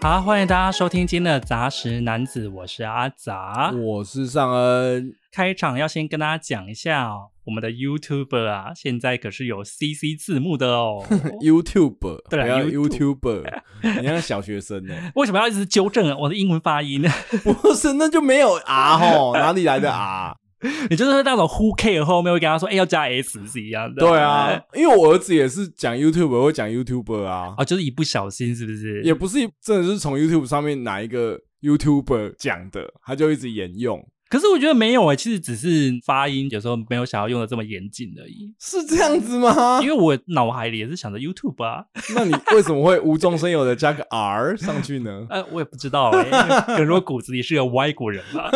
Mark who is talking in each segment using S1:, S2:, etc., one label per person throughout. S1: 好，欢迎大家收听今天的杂食男子，我是阿杂。
S2: 我是尚恩，
S1: 开场要先跟大家讲一下哦，我们的 YouTuber 啊，现在可是有 CC 字幕的 哦。
S2: YouTuber，
S1: 对啊
S2: 不要
S1: YouTube
S2: YouTuber，你像小学生呢、
S1: 为什么要一直纠正我的英文发音？
S2: 不是，那就没有 R 吼，哪里来的啊 R？
S1: 你就是那种 Who care 后面会跟他说，哎、要加 S 是一样的。
S2: 对啊，，因为我儿子也是讲 YouTube，我会讲 YouTuber 啊，
S1: 哦，就是一不小心是不是？
S2: 也不是真的是从 YouTube 上面哪一个 YouTuber 讲的，他就一直沿用，
S1: 可是我觉得没有哎、其实只是发音有时候没有想要用的这么严谨而已。
S2: 是这样子 吗
S1: 因？为我脑海里也是想着 YouTube 啊，？
S2: 那你为什么会无中生有的加个 R 上去 呢
S1: 呃，我也不知道哎、 可能我骨子里是个外国人吧。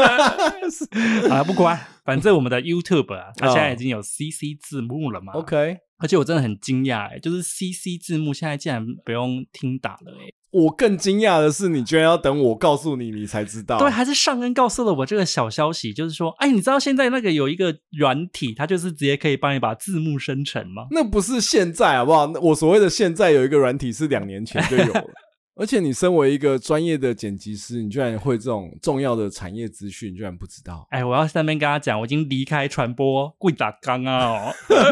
S1: 啊，不管，反正我们的 YouTube 啊，它
S2: 哦
S1: 现在已经有 CC 字幕了嘛。
S2: OK，
S1: 而且我真的很惊讶哎，就是 CC 字幕现在竟然不用听打了哎、
S2: 我更惊讶的是，你居然要等我告诉你，你才知道。
S1: 对，还是上恩告诉了我这个小消息，就是说，哎，你知道现在那个有一个软体，它就是直接可以帮你把字幕生成吗？
S2: 那不是现在好不好？那我所谓的现在有一个软体是两年前就有 了，而且你身为一个专业的剪辑师，你居然会这种重要的产业资讯，你居然不知道。
S1: 哎，我要在那边跟他讲，我已经离开传播跪打缸啊！哦，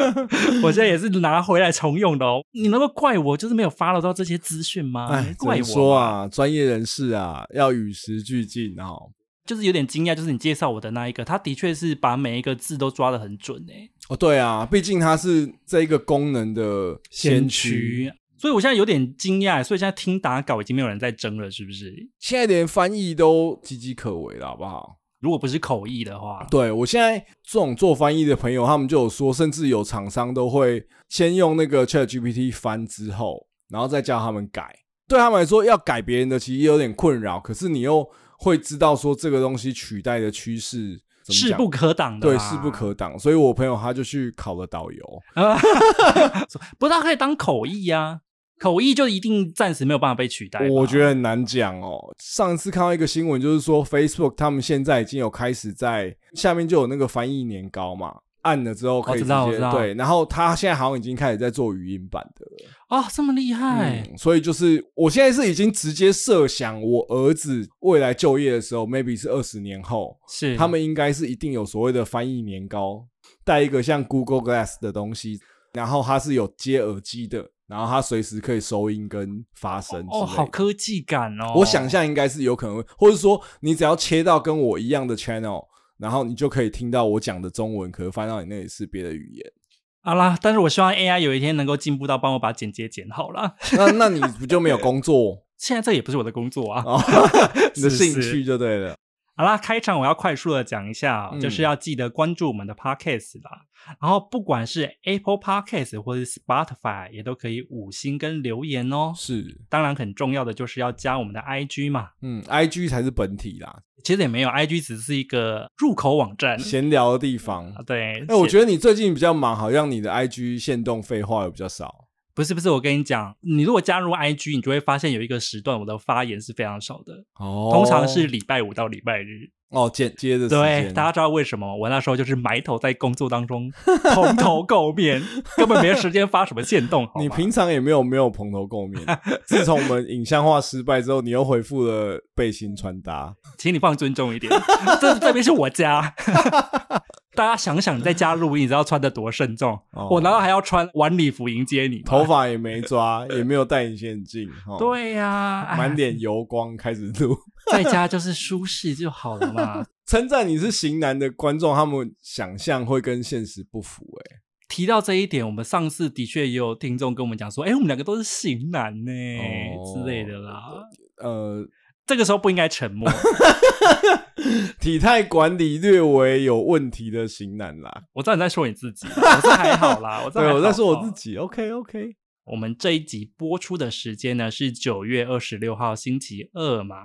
S1: 我现在也是拿回来重用的哦。你能够怪我就是没有 follow 到这些资讯吗？
S2: 哎，怎
S1: 怪
S2: 么
S1: 我
S2: 说
S1: 吗，
S2: 啊？专业人士啊，要与时俱进哦。
S1: 就是有点惊讶，就是你介绍我的那一个，他的确是把每一个字都抓得很准欸诶、
S2: 哦，对啊，毕竟它是这一个功能的先驱。。
S1: 所以我现在有点惊讶，所以现在听打稿已经没有人在争了，是不是？
S2: 现在连翻译都岌岌可危了，好不好？
S1: 如果不是口译的话，
S2: 对我现在这种做翻译的朋友，他们就有说，甚至有厂商都会先用那个 Chat GPT 翻之后，然后再叫他们改。对他们来说，要改别人的其实有点困扰，可是你又会知道说这个东西取代的趋势怎么
S1: 势
S2: 讲
S1: 不可挡的
S2: 对，
S1: 啦，
S2: 势不可挡。所以我朋友他就去考了导游，
S1: 不是，他可以当口译啊，口译就一定暂时没有办法被取代吧。
S2: 我觉得很难讲哦。上次看到一个新闻，就是说 Facebook 他们现在已经有开始在下面就有那个翻译年糕嘛，按了之后可以
S1: 我哦
S2: 直
S1: 知道
S2: 接
S1: 我知道
S2: 对，然后他现在好像已经开始在做语音版的了。
S1: 哦，这么厉害。
S2: 嗯，所以就是我现在是已经直接设想我儿子未来就业的时候，maybe 是二十年后，
S1: 是
S2: 他们应该是一定有所谓的翻译年糕，带一个像 Google Glass 的东西，然后它是有接耳机的，然后它随时可以收音跟发声之类的。
S1: 哦，好科技感哦！
S2: 我想象应该是有可能会，或者说你只要切到跟我一样的 channel，然后你就可以听到我讲的中文，可是翻到你那里是别的语言。
S1: 好啦，但是我希望 AI 有一天能够进步到帮我把剪接剪好啦。
S2: 那那你不就没有工作
S1: 现在这也不是我的工作啊。
S2: 哦？你
S1: 是
S2: 的
S1: 是
S2: 兴趣就对了。
S1: 好啦，开场我要快速的讲一下、哦，
S2: 嗯
S1: 就是要记得关注我们的 Podcast 啦。然后不管是 Apple Podcast 或是 Spotify，也都可以五星跟留言哦。
S2: 是，
S1: 当然，很重要的就是要加我们的 IG 嘛。
S2: 嗯，IG 才是本体啦，
S1: 其实也没有，IG 只是一个入口网站。
S2: 闲聊的地方。
S1: 啊对，
S2: 哎、我觉得你最近比较忙，好像你的 IG 限动废话也比较少。
S1: 不是不是，我跟你讲，你如果加入 IG，你就会发现有一个时段我的发言是非常少的。
S2: 哦
S1: 通常是礼拜五到礼拜日。
S2: 哦剪接的时
S1: 对，
S2: 间，
S1: 大家知道为什么吗？我那时候就是埋头在工作当中，蓬头垢面，根本没时间发什么线动。好吗
S2: 你平常也没有没有蓬头垢面。自从我们影像化失败之后，你又恢复了背心穿搭。
S1: 请你放尊重一点，这这边是我家。 大家想想，你在家录音，你知道穿的多慎重？
S2: 哦
S1: 我难道还要穿晚礼服迎接你？
S2: 头发哦也没抓，也没有戴隐形 眼镜，哦，
S1: 对呀、哎
S2: 满脸油光开始录。
S1: 在家就是舒适就好了嘛。
S2: 称赞你是型男的观众，他们想象会跟现实不符、欸，
S1: 提到这一点，我们上次的确也有听众跟我们讲说，哎、我们两个都是型男呢、
S2: 哦
S1: 之类的啦。
S2: 呃，
S1: 这个时候不应该沉默，
S2: 体态管理略微有问题的型男啦。
S1: 我知道你在说你自己，我是还好啦，我知道还
S2: 对，
S1: 好
S2: 我在说我自。己。OK OK，
S1: 我们这一集播出的时间呢是九月二十六号星期二嘛，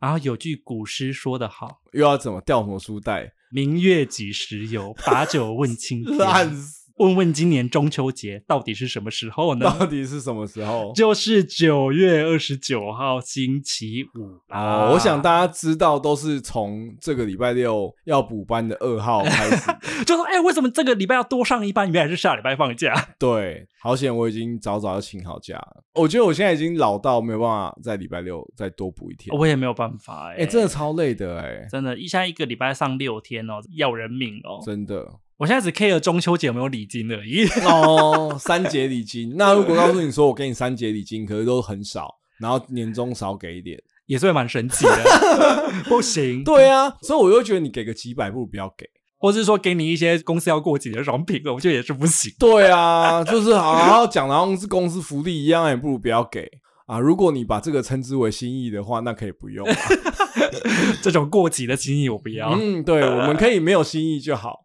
S1: 然后有句古诗说得好
S2: 又要怎么掉什么书袋？：“
S1: 明月几时有，把酒问青天。
S2: 烂死！”
S1: 问问今年中秋节到底是什么时候呢？
S2: 到底是什么时候？
S1: 就是九月二十九号星期五啦。
S2: 哦，我想大家知道都是从这个礼拜六要补班的二号开始。
S1: 就说，哎、为什么这个礼拜要多上一班？原来是下礼拜放假。
S2: 对，好险我已经早早就请好假了。我觉得我现在已经老到没有办法在礼拜六再多补一天。
S1: 我也没有办法、
S2: 哎、
S1: 哎、
S2: 真的超累的哎、
S1: 真的，一下一个礼拜上六天哦，要人命哦！
S2: 真的。
S1: 我现在只 care 中秋节有没有礼金而已。
S2: 哦，三节礼金。那如果告诉你说我给你三节礼金，可是都很少，然后年终少给一点。
S1: 也是会蛮神奇 的，不行，
S2: 对啊，所以我就觉得你给个几百不如不要给。
S1: 或是说给你一些公司要过节的商品，哦我觉得也是不行。
S2: 对啊，就是好好讲，然后是公司福利一样，也不如不要给啊。如果你把这个称之为心意的话，那可以不用、啊。
S1: 这种过节的心意我不要。
S2: 嗯，对，我们可以没有心意就好。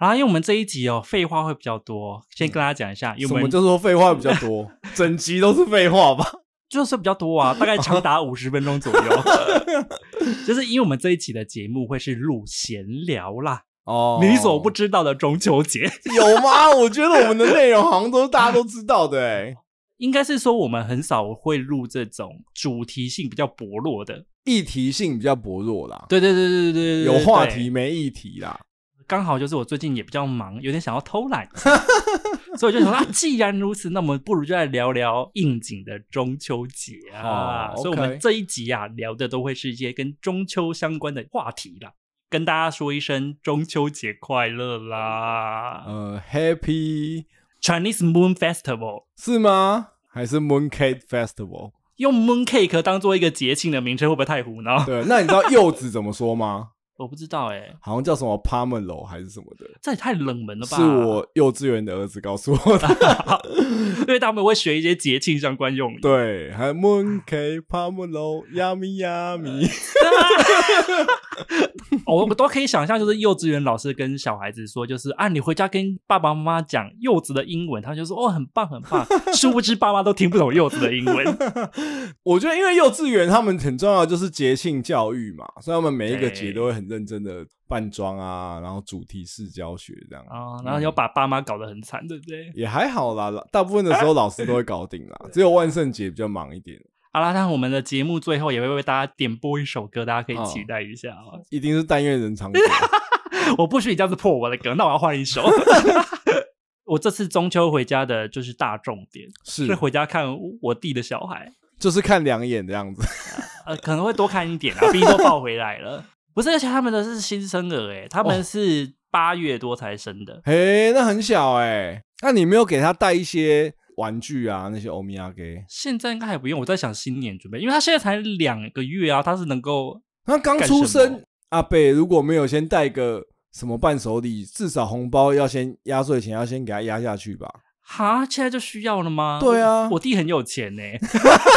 S1: 然后因为我们这一集哦，废话会比较多，先跟大家讲一下，因
S2: 嗯
S1: 为我
S2: 什么
S1: 们
S2: 叫做废话比较多？整集都是废话吧？
S1: 就是比较多 啊，大概长达五十分钟左右。 就是因为我们这一集的节目会是录闲聊啦，
S2: 哦
S1: 你所不知道的中秋节，
S2: 有吗？ 我觉得我们的内容好像都是大家都知道的、欸，
S1: 应该是说我们很少会录这种主题性比较薄弱的。
S2: 议题性比较薄弱啦，
S1: 对对对对对对，
S2: 有
S1: 对
S2: 话题没议题啦。
S1: 刚好就是我最近也比较忙，有点想要偷 懒，所以我就想说，啊、既然如此，那我们不如就来聊聊应景的中秋节啊。
S2: 哦
S1: 所以我们
S2: OK
S1: 这一集啊，聊的都会是一些跟中秋相关的话题啦。跟大家说一声中秋节快乐啦、
S2: 呃，Happy
S1: c h i n e s e Moon Festival
S2: 是吗？还是 Mooncake Festival？
S1: 用 Moon Cake 当做一个节庆的名称，会不会太胡闹？
S2: 对，那你知道柚子怎么说吗？
S1: 我不知道哎、
S2: 好像叫什么 Pomelo 还是什么的，
S1: 这也太冷门了吧？
S2: 是我幼稚园的儿子告诉我的。
S1: 因为他们会学一些节庆相关用语。
S2: 对，还有 Mooncake Pomelo Yummy Yummy。
S1: 哦我们都可以想象，就是幼稚园老师跟小孩子说，就是啊，你回家跟爸爸妈妈讲柚子的英文，他就说哦，很棒很 棒。殊不知爸妈都听不懂柚子的英文。
S2: 我觉得，因为幼稚园他们很重要的就是节庆教育嘛，所以他们每一个
S1: 对
S2: 节都会很认真的扮装啊，然后主题式教学这样，
S1: 啊、然后要把爸妈搞得很惨，对不对？
S2: 也还好啦。大部分的时候老师都会搞定啦，只有万圣节比较忙一点，
S1: 好啦，那我们的节目最后也会为大家点播一首歌，大家可
S2: 哦
S1: 以期待一下啊、
S2: 一定是但愿人 长久。
S1: 我不许你这样子破我的梗，那我要换一 首。我这次中秋回家的就是大重点，
S2: 是
S1: 是，回家看我弟的小孩。
S2: 就是看两眼的样子。
S1: 呃，可能会多看一点啊，毕竟都抱回来了。不是，而且他们的是新生儿、欸，他
S2: 哦
S1: 们是八月多才生的。
S2: 嘿，那很小哎、那你没有给他带一些玩具啊，那些欧米亚给？
S1: 现在应该还不用，我在想新年准备，因为他现在才两个月啊，他是能够
S2: 那刚
S1: 干
S2: 出
S1: 什么
S2: 生，阿北如果没有先带个什么伴手礼，至少红包要先压岁钱要先给他压下去吧。
S1: 哈，现在就需要了吗？
S2: 对啊
S1: 我弟很有钱呢、欸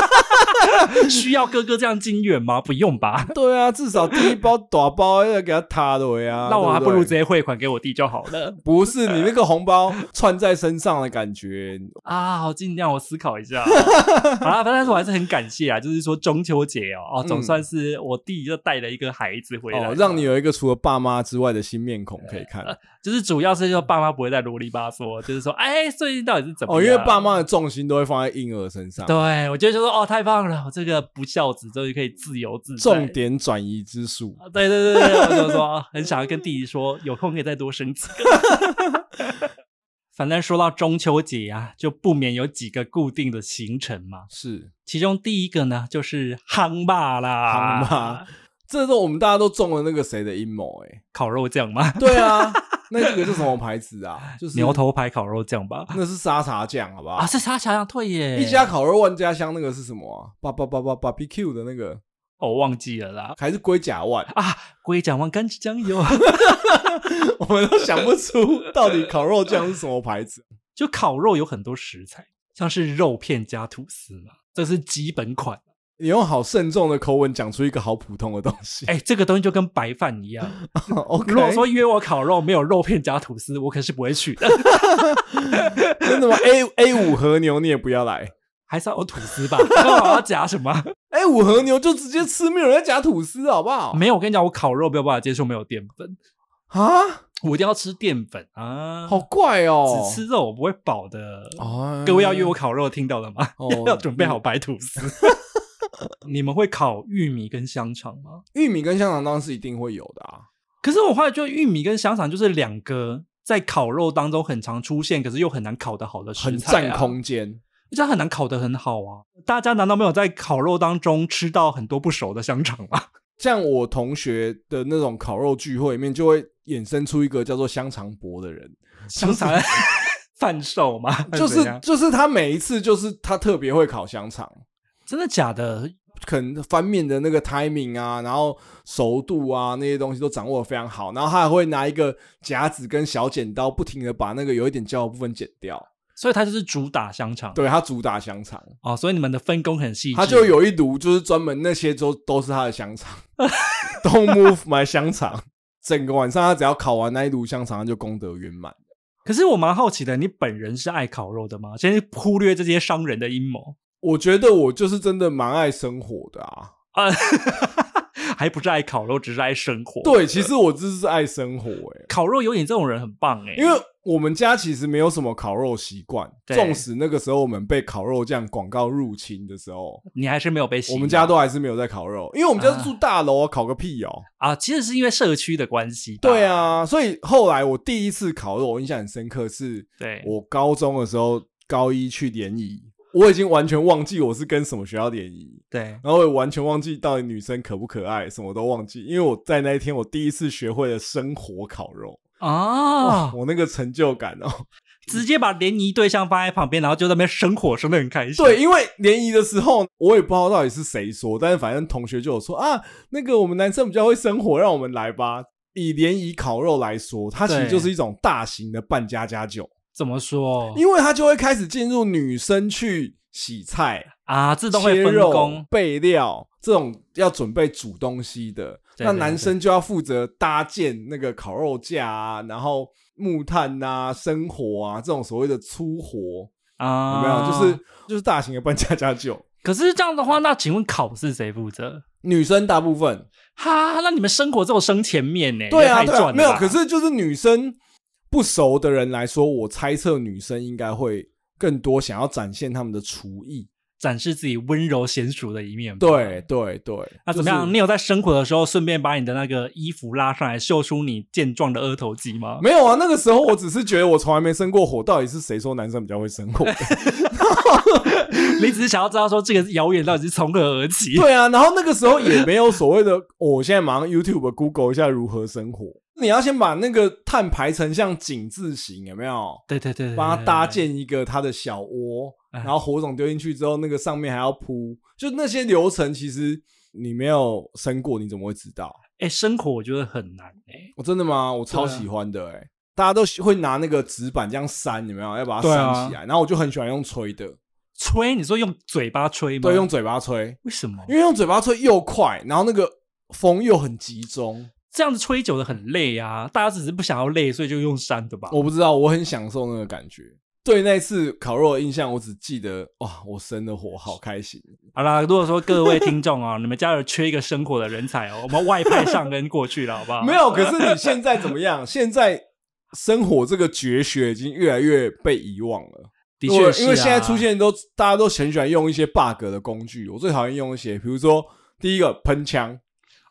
S1: 需要哥哥这样金远吗？不用吧，
S2: 对啊，至少第一包打包要给他塌了 呀。
S1: 那我还
S2: 啊对
S1: 不
S2: 不
S1: 如
S2: 对
S1: 直接汇款给我弟就好 了
S2: 不是你那个红包穿在身上的感觉，
S1: 啊！好，尽量我思考一下。啊 好啦，但是我还是很感谢啊，就是说中秋节哦，哦，总
S2: 嗯
S1: 算是我弟又带了一个孩子回来哎了、
S2: 哦，让你有一个除了爸妈之外的新面孔可以看。
S1: 就是主要是说爸妈不会再啰里吧嗦，就是说，哎，最近到底是怎么
S2: 哦，因
S1: 样？
S2: 为爸妈的重心都会放在婴儿身上，
S1: 啊对我觉得就说，哦，太棒了，我这个不孝子终于可以自由自在。
S2: 重点转移之术。
S1: 啊，对对对对，我就说哦很想要跟弟弟说，有空可以再多生几个。 反正说到中秋节啊，就不免有几个固定的行程嘛。
S2: 是，
S1: 其中第一个呢，就是夯霸啦，
S2: 夯霸这时候我们大家都中了那个谁的阴谋哎。
S1: 烤肉酱嘛，
S2: 对啊，那这个是什么牌子啊？就是
S1: 牛，头牌烤肉酱吧。
S2: 那是沙茶酱，好不好？
S1: 啊，是沙茶酱退耶，
S2: 一家烤肉万家香那个是什么啊？八八八八 BBQ 的那个
S1: 哦，忘记了啦。
S2: 还是龟甲万？
S1: 啊，龟甲万干酱油。
S2: 我们都想不出到底烤肉酱是什么牌子。
S1: 就烤肉有很多食材，像是肉片加吐司嘛，这是基本款。
S2: 你用好慎重的口吻讲出一个好普通的东西。
S1: 哎、这个东西就跟白饭一样。
S2: OK，
S1: 哎如果说约我烤肉没有肉片加吐司，我可是不会去的，
S2: 真的吗？A A 五和牛你也不要来
S1: 还是要有吐司吧？那我要夹什 么？
S2: ，A 五和牛就直接吃，没有人在夹吐司，好不好？
S1: 没有，我跟你讲，我烤肉没有办法接受没有淀粉，
S2: 啊，
S1: 我一定要吃淀粉啊，
S2: 好怪哦、
S1: 只吃肉我不会饱的。
S2: 哦，
S1: 各位要约我烤肉，听到了吗？
S2: 哦
S1: 要准备好白吐司。 你们会烤玉米跟香肠吗？
S2: 玉米跟香肠当然是一定会有的啊。
S1: 可是我后来觉得玉米跟香肠就是两个在烤肉当中很常出现，可是又很难烤得好的食
S2: 很
S1: 材、啊，
S2: 占，空间。
S1: 而且它很难烤得很好啊。大家难道没有在烤肉当中吃到很多不熟的香肠 吗？
S2: 像我同学的那种烤肉聚会里面，就会衍生出一个叫做香肠伯的人，
S1: 香肠啊 贩售 吗？还
S2: 就是
S1: 怎样
S2: 就是他每一次就是他特别会烤香肠，
S1: 真的假的？
S2: 可能翻面的那个 timing 啊，然后熟度啊那些东西都掌握的非常好，然后他还会拿一个夹子跟小剪刀，不停的把那个有一点焦的部分剪掉。
S1: 所以它就是主打香肠
S2: 对他主打香肠，
S1: 哦，所以你们的分工很细致。
S2: 他就有一炉就是专门那些都都是他的香肠，Don't move my 香肠。整个晚上他只要烤完那一炉香肠，他就功德圆满。
S1: 可是我蛮好奇的，你本人是爱烤肉的吗？先忽略这些商人的阴谋
S2: 我觉得我就是真的蛮爱生活的啊。
S1: 啊， 还不是爱烤肉，只是爱生活。，
S2: 对，其实我就是爱生活、欸，
S1: 烤肉有你这种人很棒哎、
S2: 因为我们家其实没有什么烤肉习惯，
S1: 对
S2: 纵使那个时候我们被烤肉酱广告入侵的时候，
S1: 你还是啊没有被洗脑。
S2: 我们家都还是没有在烤肉，因为我们家是住大楼啊，烤个屁哦、
S1: 啊，其实是因为社区的关系。
S2: 对，啊，所以后来我第一次烤肉，我印象很深刻，是
S1: 对，
S2: 我高中的时候，高一去联谊，我已经完全忘记我是跟什么学校联谊，
S1: 对，
S2: 然后我也完全忘记到底女生可不可爱，什么都忘记，因为我在那一天我第一次学会了生火烤肉，哇
S1: 啊，
S2: 我那个成就感哦。
S1: 直接把联谊对象放在旁边，然后就在那边生火，生的很开心。
S2: 对，，因为联谊的时候，我也不知道到底是谁说，但是反正同学就有说啊，那个我们男生比较会生火，让我们来吧。以联谊烤肉来说，它其实
S1: 对哦
S2: 就是一种大型的半家家酒，
S1: 怎么说
S2: 因为它就会开始进入女生去洗菜、
S1: 啊？自动
S2: 切
S1: 会分
S2: 肉
S1: 工、
S2: 备料这种要准备煮东西的，
S1: 对
S2: 那
S1: 对
S2: 男
S1: 对
S2: 生就要负责搭建那个烤肉架啊，然后木炭啊、生火啊这种所谓的粗活，有
S1: 啊？
S2: 没有？就是就是大型的半家家酒。
S1: 可是这样的话，那请问烤是谁负责？
S2: 女生大部分，
S1: 哈，那你们生活只有生前面呢？
S2: 对啊，
S1: 哎也太
S2: 对啊，
S1: 赚了吧
S2: 没有。可是就是女生不熟的人来说，我猜测女生应该会更多想要展现他们的厨艺。
S1: 展示自己温柔娴熟的一面。
S2: 对，对对，
S1: 那怎么
S2: 就
S1: 样？
S2: 是
S1: 你有在生火的时候顺便把你的那个衣服拉上来，秀出你健壮的额头肌吗？
S2: 没有啊，那个时候我只是觉得我从来没生过火，到底是谁说男生比较会生 火的？
S1: 你只是想要知道说这个谣言到底是从何而起？
S2: 对啊，然后那个时候也没有所谓的，哦我现在马上 YouTube Google 一下如何生火。你要先把那个碳排成像井字形，有没有？
S1: 对对对，对
S2: 帮他搭。建一个他的小窝，
S1: 哎
S2: 然后火种丢进去之后，那个上面还要铺，就那些流程，其实你没有生过，你怎么会知道？
S1: 哎，生火我觉得很难哎。
S2: 我、真的吗？我超
S1: 对啊
S2: 喜欢的哎、大家都喜会拿那个纸板这样扇，有没有？要把它
S1: 对
S2: 扇
S1: 啊嗯
S2: 起来。然后我就很喜欢用吹的，
S1: 吹，你说用嘴巴吹吗？
S2: 对，用嘴巴吹，
S1: 为什么？
S2: 因为用嘴巴吹又快，然后那个风又很集中。
S1: 这样子吹久了很累啊，大家只是不想要累，所以就用扇的吧。
S2: 我不知道，我很享受那个感觉。对那次烤肉的印象，我只记得哇，我生的火好开心。
S1: 好啦，如果说各位听众啊， 你们家有缺一个生火的人才哦，我们外派上恩过去了，好不好？
S2: 没有，可是你现在怎么 样？现在生活这个绝学已经越来越被遗忘了。
S1: 的确是、啊，
S2: 因为现在出现都大家都很喜欢用一些 bug 的工具，我最讨厌用一些，比如说第一个 喷枪，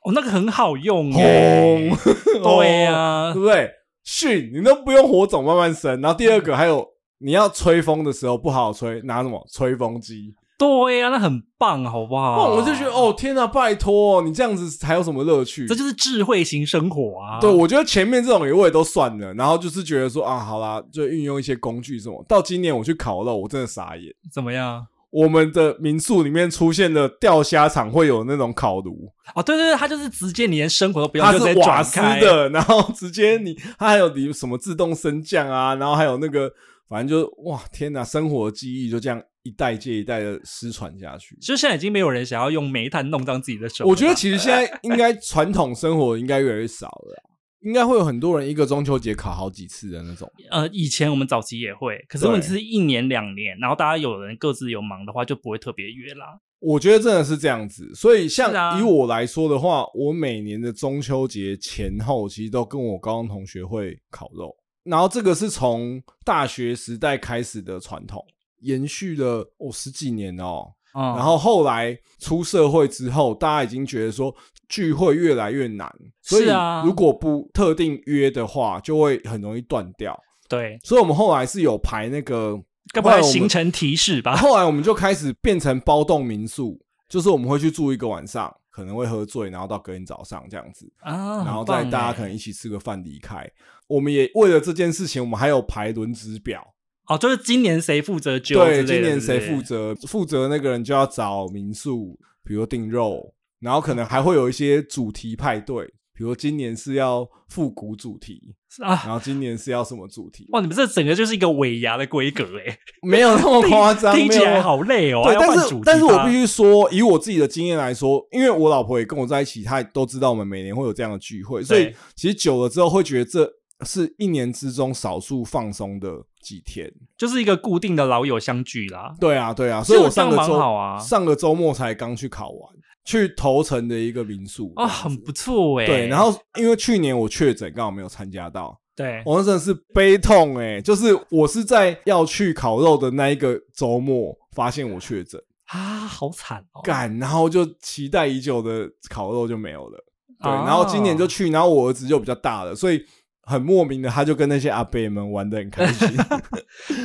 S1: 哦，那个很好用、
S2: 轰
S1: 欸，，对啊呀、
S2: 哦对不对？训你都不用火种慢慢生，然后第二个还有你要吹风的时候不好好吹，拿什么吹风机？
S1: 对啊呀、那很棒，好不好？
S2: 哇，我就觉得，哦天哪、拜托，你这样子还有什么乐趣？
S1: 这就是智慧型生活啊。
S2: 对，我觉得前面这种也我也都算了，然后就是觉得说啊，好啦，就运用一些工具什么。到今年我去烤肉，我真的傻眼。
S1: 怎么样？
S2: 我们的民宿里面出现了钓虾场，会有那种烤炉，
S1: 哦，对对对，他就是直接你连生活都不用，
S2: 它
S1: 就直
S2: 是
S1: 接
S2: 瓦
S1: 转
S2: 斯
S1: 开。
S2: 的，然后直接你它还有你什么自动升降啊，然后还有那个，反正就哇天哪，生活记忆就这样一代接一代的失传下去。
S1: 就现在已经没有人想要用煤炭弄脏自己的手了吧。
S2: 我觉得其实现在应该传统生活应该越来越少了啊，应该会有很多人一个中秋节考好几次的那种。
S1: 呃，以前我们早期也会，可是
S2: 对
S1: 问题是一年两年，然后大家有人各自有忙的话，就不会特别约啦。
S2: 我觉得真的是这样子，所以
S1: 是啊
S2: 像以我来说的话，我每年的中秋节前后，其实都跟我高中同学会烤肉，然后这个是从大学时代开始的传统，延续了哦十几年哦。
S1: 嗯，
S2: 然后后来出社会之后，大家已经觉得说聚会越来越难，所以
S1: 是啊
S2: 如果不特定约的话，就会很容易断掉。
S1: 对，
S2: 所以我们后来是有排那个
S1: 该不
S2: 后来
S1: 会
S2: 我们
S1: 行程提示吧？
S2: 后来我们就开始变成包栋民宿，就是我们会去住一个晚上，可能会喝醉，然后到隔天早上这样子，
S1: 啊，
S2: 然后
S1: 很
S2: 再
S1: 棒
S2: 大家
S1: 欸
S2: 可能一起吃个饭离开。我们也为了这件事情，我们还有排轮值表，
S1: 哦，就是今年谁负责酒之类
S2: 对，
S1: 的，
S2: 今年
S1: 是
S2: 谁
S1: 不是
S2: 负？责，负责那个人就要找民宿，比如订肉，然后可能还会有一些主题派对。比如今年是要复古主题，
S1: 啊，
S2: 然后今年是要什么主题？
S1: 哇，你们这整个就是一个尾牙的规格 哎，
S2: 没有那么夸 张，
S1: 听起
S2: 没有那
S1: 来
S2: 么
S1: 好累哦。还
S2: 对，
S1: 要换主
S2: 但是
S1: 题
S2: 但是我
S1: 吧
S2: 必须说，以我自己的经验来说，因为我老婆也跟我在一起，她也都知道我们每年会有这样的聚会，所以
S1: 对
S2: 其实久了之后会觉得这是一年之中少数放松的几天。
S1: 就是一个固定的老友相聚啦。
S2: 对啊，对啊，所以我上
S1: 这
S2: 个
S1: 样
S2: 周、
S1: 蛮好啊
S2: 上个周末才刚去考完，去头城的一个民宿
S1: 哦，
S2: 这样子
S1: 很不错哎。
S2: 对，然后因为去年我确诊，刚好没有参加到，
S1: 对，
S2: 我那真的是悲痛哎、就是我是在要去烤肉的那一个周末发现我确诊。
S1: 啊，好惨哦。
S2: 干，然后就期待已久的烤肉就没有了。对，
S1: 啊
S2: 然后今年就去，然后我儿子就比较大了，所以很莫名的他就跟那些阿伯们玩的很开 心。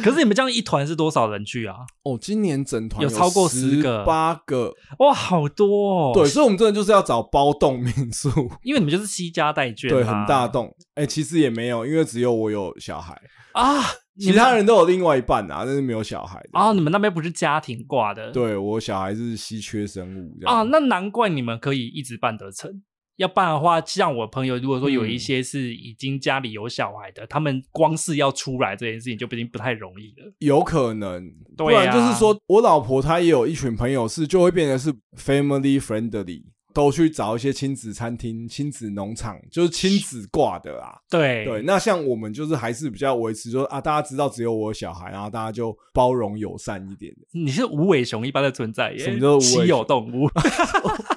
S1: 可是你们这样一团是多少人去啊？
S2: 哦，今年整团
S1: 有超过
S2: 十
S1: 10个
S2: 八个，
S1: 哇，好多哦。
S2: 对，，所以我们真的就是要找包栋民宿，
S1: 因为你们就是西家带眷，啊
S2: 对，很大栋。哎、其实也没有，因为只有我有小孩，
S1: 啊。你
S2: 其
S1: 们
S2: 他人都有另外一半啊，但是没有小孩的
S1: 啊，你们那边不是家庭挂的？
S2: 对我小孩是稀缺生物这样
S1: 啊，那难怪你们可以一直办得成。要办的话，像我朋友，如果说有一
S2: 嗯
S1: 些是已经家里有小孩的，他们光是要出来这件事情就已经不太容易了。
S2: 有可能，
S1: 对
S2: 不然就是
S1: 啊
S2: 说我老婆她也有一群朋友是就会变得是 family friendly，都去找一些亲子餐厅、亲子农场，就是亲子挂的啦。
S1: 对
S2: 对，那像我们就是还是比较维持说啊，大家知道只有我有小孩，然后大家就包容友善 一点的。
S1: 你是无尾熊一般的存在耶，
S2: 什么叫无尾
S1: 稀有动物？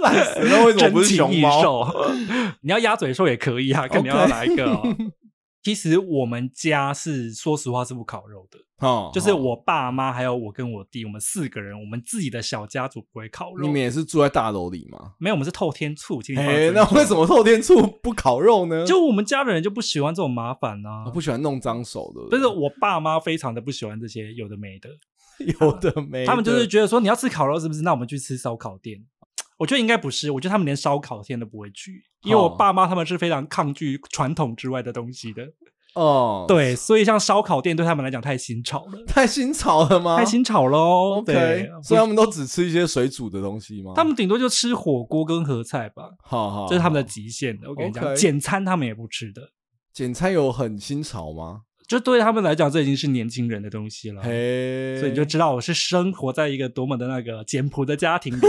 S2: 烂 死了，为什么不是
S1: 珍
S2: 熊
S1: 禽异
S2: 猫？
S1: 兽？ 你要鸭嘴兽也可以 啊，看你要
S2: OK
S1: 哪一个哦、其实我们家是说实话是不烤肉的，
S2: 哦，
S1: 就是
S2: 哦，
S1: 我爸妈还有我跟我弟，我们四个人，我们自己的小家族不会烤
S2: 你
S1: 肉啊
S2: 们。也是住在大楼里吗？
S1: 没有，我们是透天醋。其实放在
S2: 哎，
S1: 尊
S2: 那
S1: 重
S2: 为什么透天处不烤肉呢？
S1: 哦就我们家的人就不喜欢这种麻烦啊
S2: 我。不喜欢弄脏手的，
S1: 但是我爸妈非常的不喜欢这些有的没的，
S2: 有的没的，
S1: 他们就是觉得说你要吃烤肉是不是？那我们去吃烧烤店。我觉得应该不是，我觉得他们连烧烤店都不会去，因为我
S2: 哦
S1: 爸妈他们是非常抗拒传统之外的东西的。
S2: 哦，，
S1: 对，所以像烧烤店对他们来讲太新潮了，
S2: 太新潮了吗？
S1: 太新潮喽。
S2: OK，
S1: 对，
S2: 所以他们都只吃一些水煮的东西吗？
S1: 他们顶多就吃火锅跟合菜吧，
S2: 好好，
S1: 这是他们的
S2: 好
S1: 极限的。我跟你
S2: 哦 OK
S1: 讲，简餐他们也不吃的，
S2: 简餐有很新潮吗？
S1: 就对他们来讲，这已经是年轻人的东西了。
S2: 嘿，
S1: 嗯所以你就知道我是生活在一个多么的那个简朴的家庭里。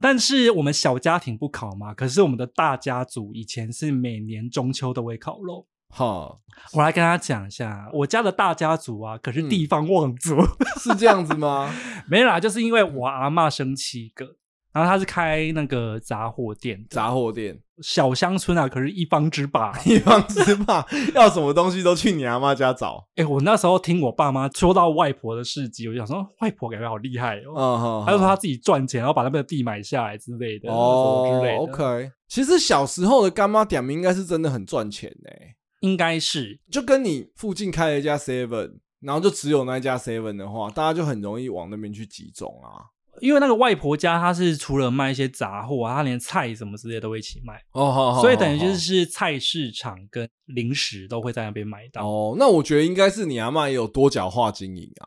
S1: 但是我们小家庭不烤嘛，可是我们的大家族以前是每年中秋都会烤肉。
S2: 哈
S1: 我来跟大家讲一下，我家的大家族啊，可是地方望族，
S2: 是这样子吗？
S1: 没啦，就是因为我阿嬷生七个，然后她是开那个杂货店的，
S2: 杂货店
S1: 小乡村啊，可是一方之霸。
S2: 一方之霸，要什么东西都去你阿妈家找。
S1: 哎、我那时候听我爸妈说到外婆的事迹，我就想说，外婆感觉好厉害哦。
S2: 嗯哼，
S1: 他就说他自己赚钱，然后把那边的地买下来之类的，
S2: 哦
S1: 什么之类的。
S2: ，OK。其实小时候的干妈点名应该是真的很赚钱呢、
S1: 应该是
S2: 就跟你附近开了一家 Seven，然后就只有那一家 Seven 的话，大家就很容易往那边去集中啊。
S1: 因为那个外婆家，她是除了卖一些杂货啊，她连菜什么之类都会一起卖，
S2: 哦，好
S1: 所以等于就是是菜市场跟零食都会在那边买到。
S2: 哦，那我觉得应该是你阿嬷也有多角化经营啊。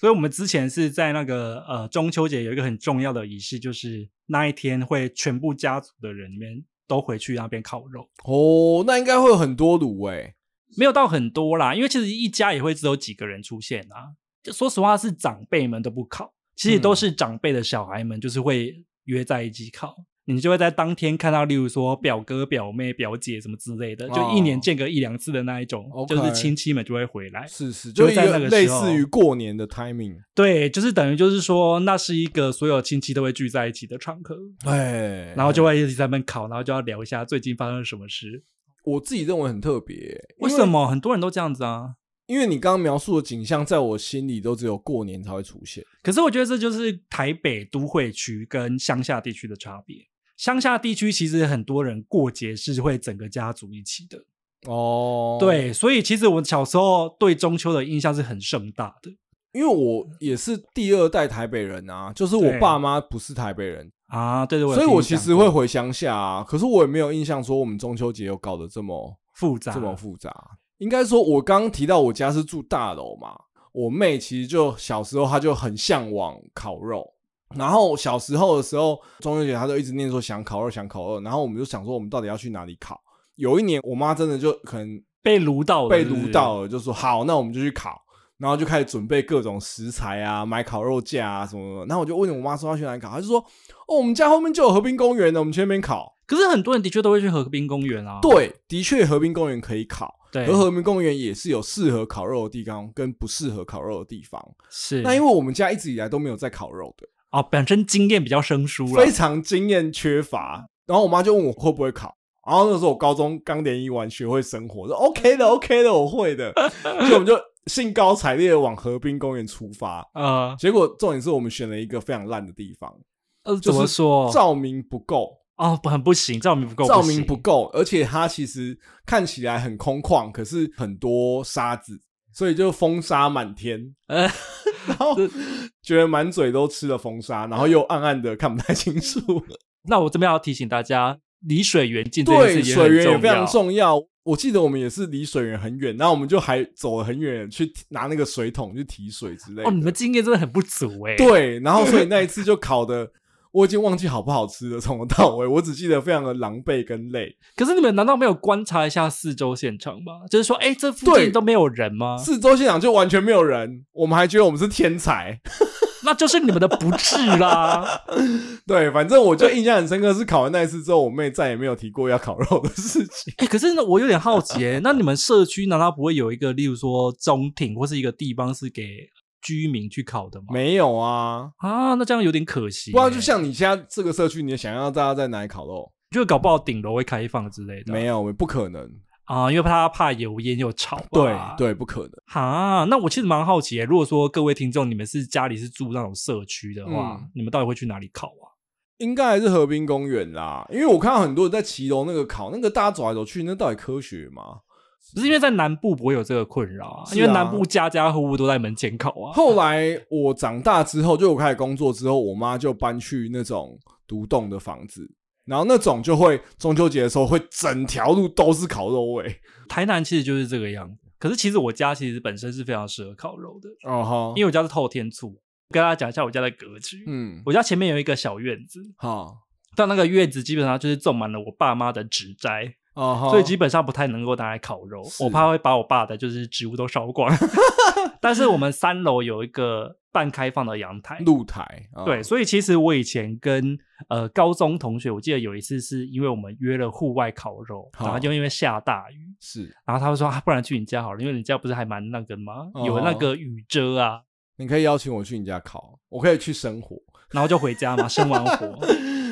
S1: 所以我们之前是在那个呃中秋节有一个很重要的仪式，就是那一天会全部家族的人里面都回去那边烤肉，
S2: 哦，那应该会有很多卤味、
S1: 没有到很多啦，因为其实一家也会只有几个人出现啊。就说实话，
S2: 嗯
S1: 是长辈们都不考，其实都是长辈的小孩们，就是会约在一起考。你就会在当天看到，例如说表哥、表妹、表姐什么之类的，就一
S2: 哦
S1: 年见个一两次的那一种，
S2: OK
S1: 就是亲戚们就会回来。
S2: 是是，
S1: 就
S2: 就
S1: 会
S2: 一
S1: 在那个时
S2: 类
S1: 候
S2: 似于过年的 timing，
S1: 对，就是等于就是说，那是一个所有亲戚都会聚在一起的场合，
S2: 哎，
S1: 然后就会一直在那边烤，然后就要聊一下最近发生了什么事。
S2: 我自己认为很特别，
S1: 为什？么很多人都这样子啊？
S2: 因为你刚刚描述的景象，在我心里都只有过年才会出现。
S1: 可是我觉得这就是台北都会区跟乡下地区的差别。乡下地区其实很多人过节是会整个家族一起的，
S2: 哦，，
S1: 对，所以其实我小时候对中秋的印象是很盛大的
S2: 因为我也是第二代台北人啊，就是我
S1: 对
S2: 爸妈不是台北人，
S1: 啊，对对，有
S2: 所以
S1: 听
S2: 我
S1: 你
S2: 其
S1: 讲
S2: 实
S1: 过
S2: 会回乡下啊。可是我也没有印象说我们中秋节有搞得这么
S1: 复杂，
S2: 这么复杂。应该说，我刚提到我家是住大楼嘛，我妹其实就小时候她就很向往烤肉。然后小时候的时候，中秋节她就一直念说想烤肉，想烤肉。然后我们就想说，我们到底要去哪里烤？有一年，我妈真的就可能
S1: 被撸到了，
S2: 被
S1: 是不是
S2: 撸到了，就说好，那我们就去烤。然后就开始准备各种食材啊，买烤肉架啊什么的。然后我就问我妈说要去哪里烤，她就说哦，我们家后面就有河滨公园的，我们去那边烤。
S1: 可是很多人的确都会去河滨公园啊，
S2: 对，的确河滨公园可以烤，
S1: 对，
S2: 和和平公园也是有适合烤肉的地方跟不适合烤肉的地方。
S1: 是
S2: 那因为我们家一直以来都没有在烤肉的，
S1: 哦，本身经验比较生疏了
S2: 非，常经验缺乏。然后我妈就问我会不会烤，然后那时候我高中刚联谊完学会生活，说 OK 的 OK 的，我会的。所以我们就兴高采烈的往河滨公园出发。
S1: 呃
S2: 结果重点是我们选了一个非常烂的地方，
S1: 呃，
S2: 就
S1: 怎么
S2: 是
S1: 说？
S2: 照明不够，
S1: 哦，不很不行，照明不够，
S2: 照明
S1: 行
S2: 不够，而且它其实看起来很空旷，可是很多沙子，所以就风沙 满天。
S1: 呃
S2: 然后 觉得满嘴都吃了风沙，然后又暗暗的看不太清楚。
S1: 那我这边要提醒大家，离水源近 这
S2: 对，
S1: 件事也
S2: 水源也
S1: 很
S2: 非
S1: 重
S2: 常
S1: 要。
S2: 重要。我记得我们也是离水源很远，然后我们就还走了很远去拿那个水桶去提水之类的。
S1: 哦，你们经验真的很不足哎、，
S2: 对，然后所以那一次就烤的，我已经忘记好不好吃了，从头到尾我只记得非常的狼狈跟累。
S1: 可是你们难道没有观察一下四周现场吗？就是说，哎、这附
S2: 对
S1: 近都没有人吗？
S2: 四周现场就完全没有人，我们还觉得我们是天才。
S1: 那就是你们的不智啦。
S2: 对，反正我就印象很深刻，是烤完那一次之后，我妹再也没有提过要烤肉的事 情。
S1: 哎、可是呢，我有点好奇、欸，那你们社区难道不会有一个，例如说中庭或是一个地方是给居民去烤的吗？
S2: 没有啊，
S1: 啊，那这样有点可惜欸、
S2: 不然就像你现在这个社区，你想要大家在哪里烤肉？
S1: 就搞不好顶楼会开放之类的。
S2: 没有，不可能。
S1: 啊，因为他怕油烟又吵吧。
S2: 对对，不可能。
S1: 哈，那我其实蛮好奇耶，欸如果说各位听众你们是家里是住那种社区的话，
S2: 嗯
S1: 你们到底会去哪里烤啊？
S2: 应该还是河滨公园啦，因为我看到很多人在骑楼那个烤，那个大家走来走去，那到底科学吗？
S1: 不是因为在南部不会有这个困扰啊，
S2: 是啊
S1: 因为南部家家户户都在门前烤 啊。
S2: 后来我长大之后，就我开始工作之后，我妈就搬去那种独栋的房子，然后那种就会中秋节的时候会整条路都是烤肉味。
S1: 台南其实就是这个样子，可是其实我家其实本身是非常适合烤肉的，
S2: 哦哈，
S1: 因为我家是透天厝。跟大家讲一下我家的格局，
S2: 嗯，
S1: 我家前面有一个小院子，
S2: 好，
S1: 但那个院子基本上就是种满了我爸妈的植栽，
S2: 哦哈，
S1: 所以基本上不太能够拿来烤肉，
S2: 是
S1: 我怕会把我爸的就是植物都烧光。 但是我们三楼有一个半开放的阳台，
S2: 露台，啊
S1: 对，，所以其实我以前跟呃高中同学，我记得有一次是因为我们约了户外烤肉，
S2: 好
S1: 然后就因为下大雨，
S2: 是，
S1: 然后他们说啊，不然去你家好了，因为你家不是还蛮那个吗？
S2: 哦
S1: 有那个雨遮啊，
S2: 你可以邀请我去你家烤，我可以去生火。
S1: 然后就回家嘛，生完 火。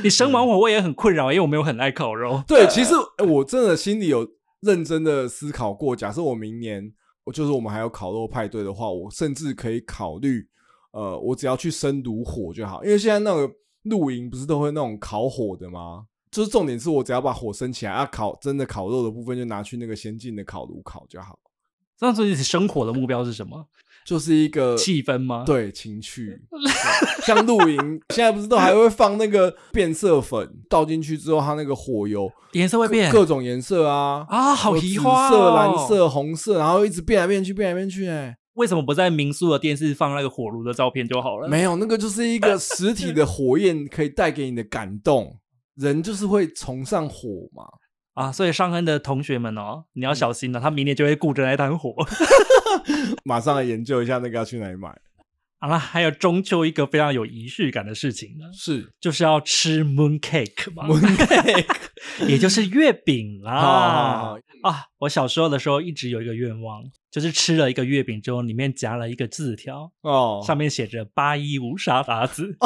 S1: 你生完火我也很困扰，因为我没有很爱烤肉。
S2: 对，其实呃我真的心里有认真的思考过，假设我明年我就是我们还有烤肉派对的话，我甚至可以考虑，呃，我只要去生炉火就好，因为现在那个露营不是都会那种烤火的吗？就是重点是我只要把火升起来，啊，烤真的烤肉的部分就拿去那个先进的烤炉烤就好，
S1: 那所以你生火的目标是什么？
S2: 就是一个
S1: 气氛吗？
S2: 对 情趣，对像露营现在不是都还会放那个变色粉倒进去之后，它那个火油
S1: 颜色会变
S2: 各种颜色啊
S1: 啊，好
S2: 有
S1: 奇
S2: 紫
S1: 花、哦、
S2: 色、蓝。色、红色，然后一直变来变去，变来变去、哎
S1: 为什么不在民宿的电视放那个火炉的照片就好
S2: 哎，
S1: 了？
S2: 没有那个就是一个实体的火焰可以带给你的感动。人就是会崇尚火嘛，
S1: 啊，所以上恩的同学们哦，你
S2: 嗯
S1: 要小心了、他明年就会顾着那一摊火。
S2: 马上来研究一下那个要去哪里买。
S1: 好啦，还有中秋一个非常有仪式感的事情呢，
S2: 是
S1: 就是要吃 moon cake 嘛，
S2: moon cake
S1: 也就是月饼
S2: 啊
S1: 啦。啊，我小时候的时候一直有一个愿望，就是吃了一个月饼之后，里面夹了一个字条，
S2: 哦，
S1: 上面写着“八一无杀达子”，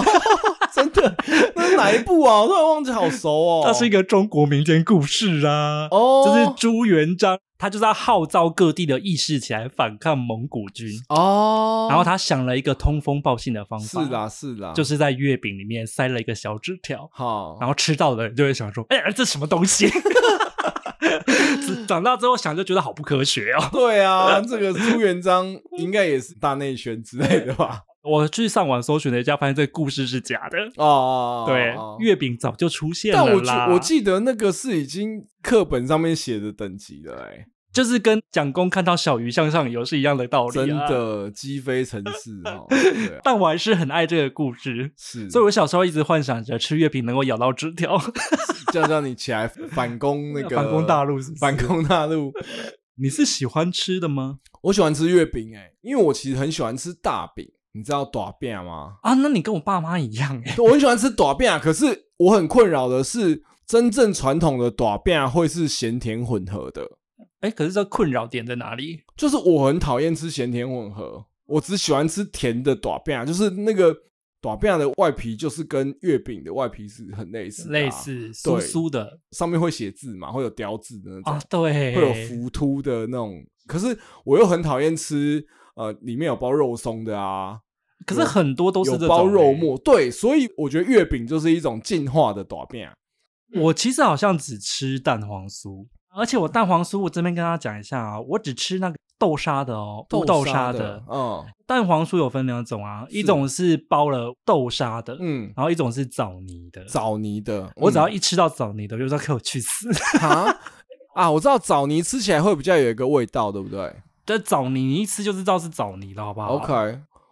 S2: 真的，那是哪一部啊？我突然忘记，好熟 哦。
S1: 它是一个中国民间故事啊。
S2: 哦，
S1: 就是朱元璋，他就是要号召各地的义士起来反抗蒙古军，
S2: 哦，
S1: 然后他想了一个通风报信的方法，
S2: 是啦是啦，
S1: 就是在月饼里面塞了一个小纸条，
S2: 好，
S1: 然后吃到的人就会想说：“哎呀，这什么东西？” 只长大之后想就觉得好不科学哦。
S2: 对啊，这个朱元璋应该也是大内宣之类的吧？
S1: 我去上网搜寻了一下，发现这个故事是假的。
S2: 哦哦，哦
S1: 对
S2: 哦，
S1: 月饼早就出现
S2: 但
S1: 了
S2: 我记
S1: 啦。
S2: 我记得那个是已经课本上面写的等级了、欸，
S1: 就是跟蒋公看到小鱼向上游是一样的道
S2: 真
S1: 理、啊。，
S2: 的鸡飞城市 哦，对啊，
S1: 但我还是很爱这个故事。
S2: 是，
S1: 所以我小时候一直幻想着吃月饼能够咬到纸条，
S2: 叫叫你起来反攻那个
S1: 反攻大陆是不是
S2: 反攻大陆。
S1: 你是喜欢吃的吗？
S2: 我喜欢吃月饼，哎，因为我其实很喜欢吃大饼，你知道大饼吗？
S1: 啊，那你跟我爸妈一样哎、
S2: 我很喜欢吃短饼，啊可是我很困扰的是，真正传统的短饼啊会是咸甜混合的，
S1: 哎、可是这困扰点在哪里？
S2: 就是我很讨厌吃咸甜混合，我只喜欢吃甜的短饼，啊就是那个短饼的外皮就是跟月饼的外皮是很类似的啊、
S1: 类似酥酥的
S2: 上面会写字嘛，会有雕字的那种，
S1: 啊，对，
S2: 会有浮凸的那种。可是我又很讨厌吃呃里面有包肉松的啊，
S1: 可是很多都是
S2: 有
S1: 这种
S2: 包肉
S1: 欸。
S2: 末，对，所以我觉得月饼就是一种进化的短饼。啊
S1: 我其实好像只吃蛋黄酥，而且我蛋黄酥我这边跟大家讲一下啊，我只吃那个豆沙的哦，无豆沙的。
S2: 嗯
S1: 蛋黄酥有分两种啊，
S2: 是
S1: 一种是包了豆沙的，
S2: 嗯，
S1: 然后一种是枣泥的。
S2: 枣泥的，
S1: 我只要
S2: 嗯
S1: 一吃到枣泥的，我就说给我去死。
S2: 啊啊，我知道枣泥吃起来会比较有一个味道，对不对
S1: 这枣泥你一吃就知道是枣泥了，好不好
S2: ？OK，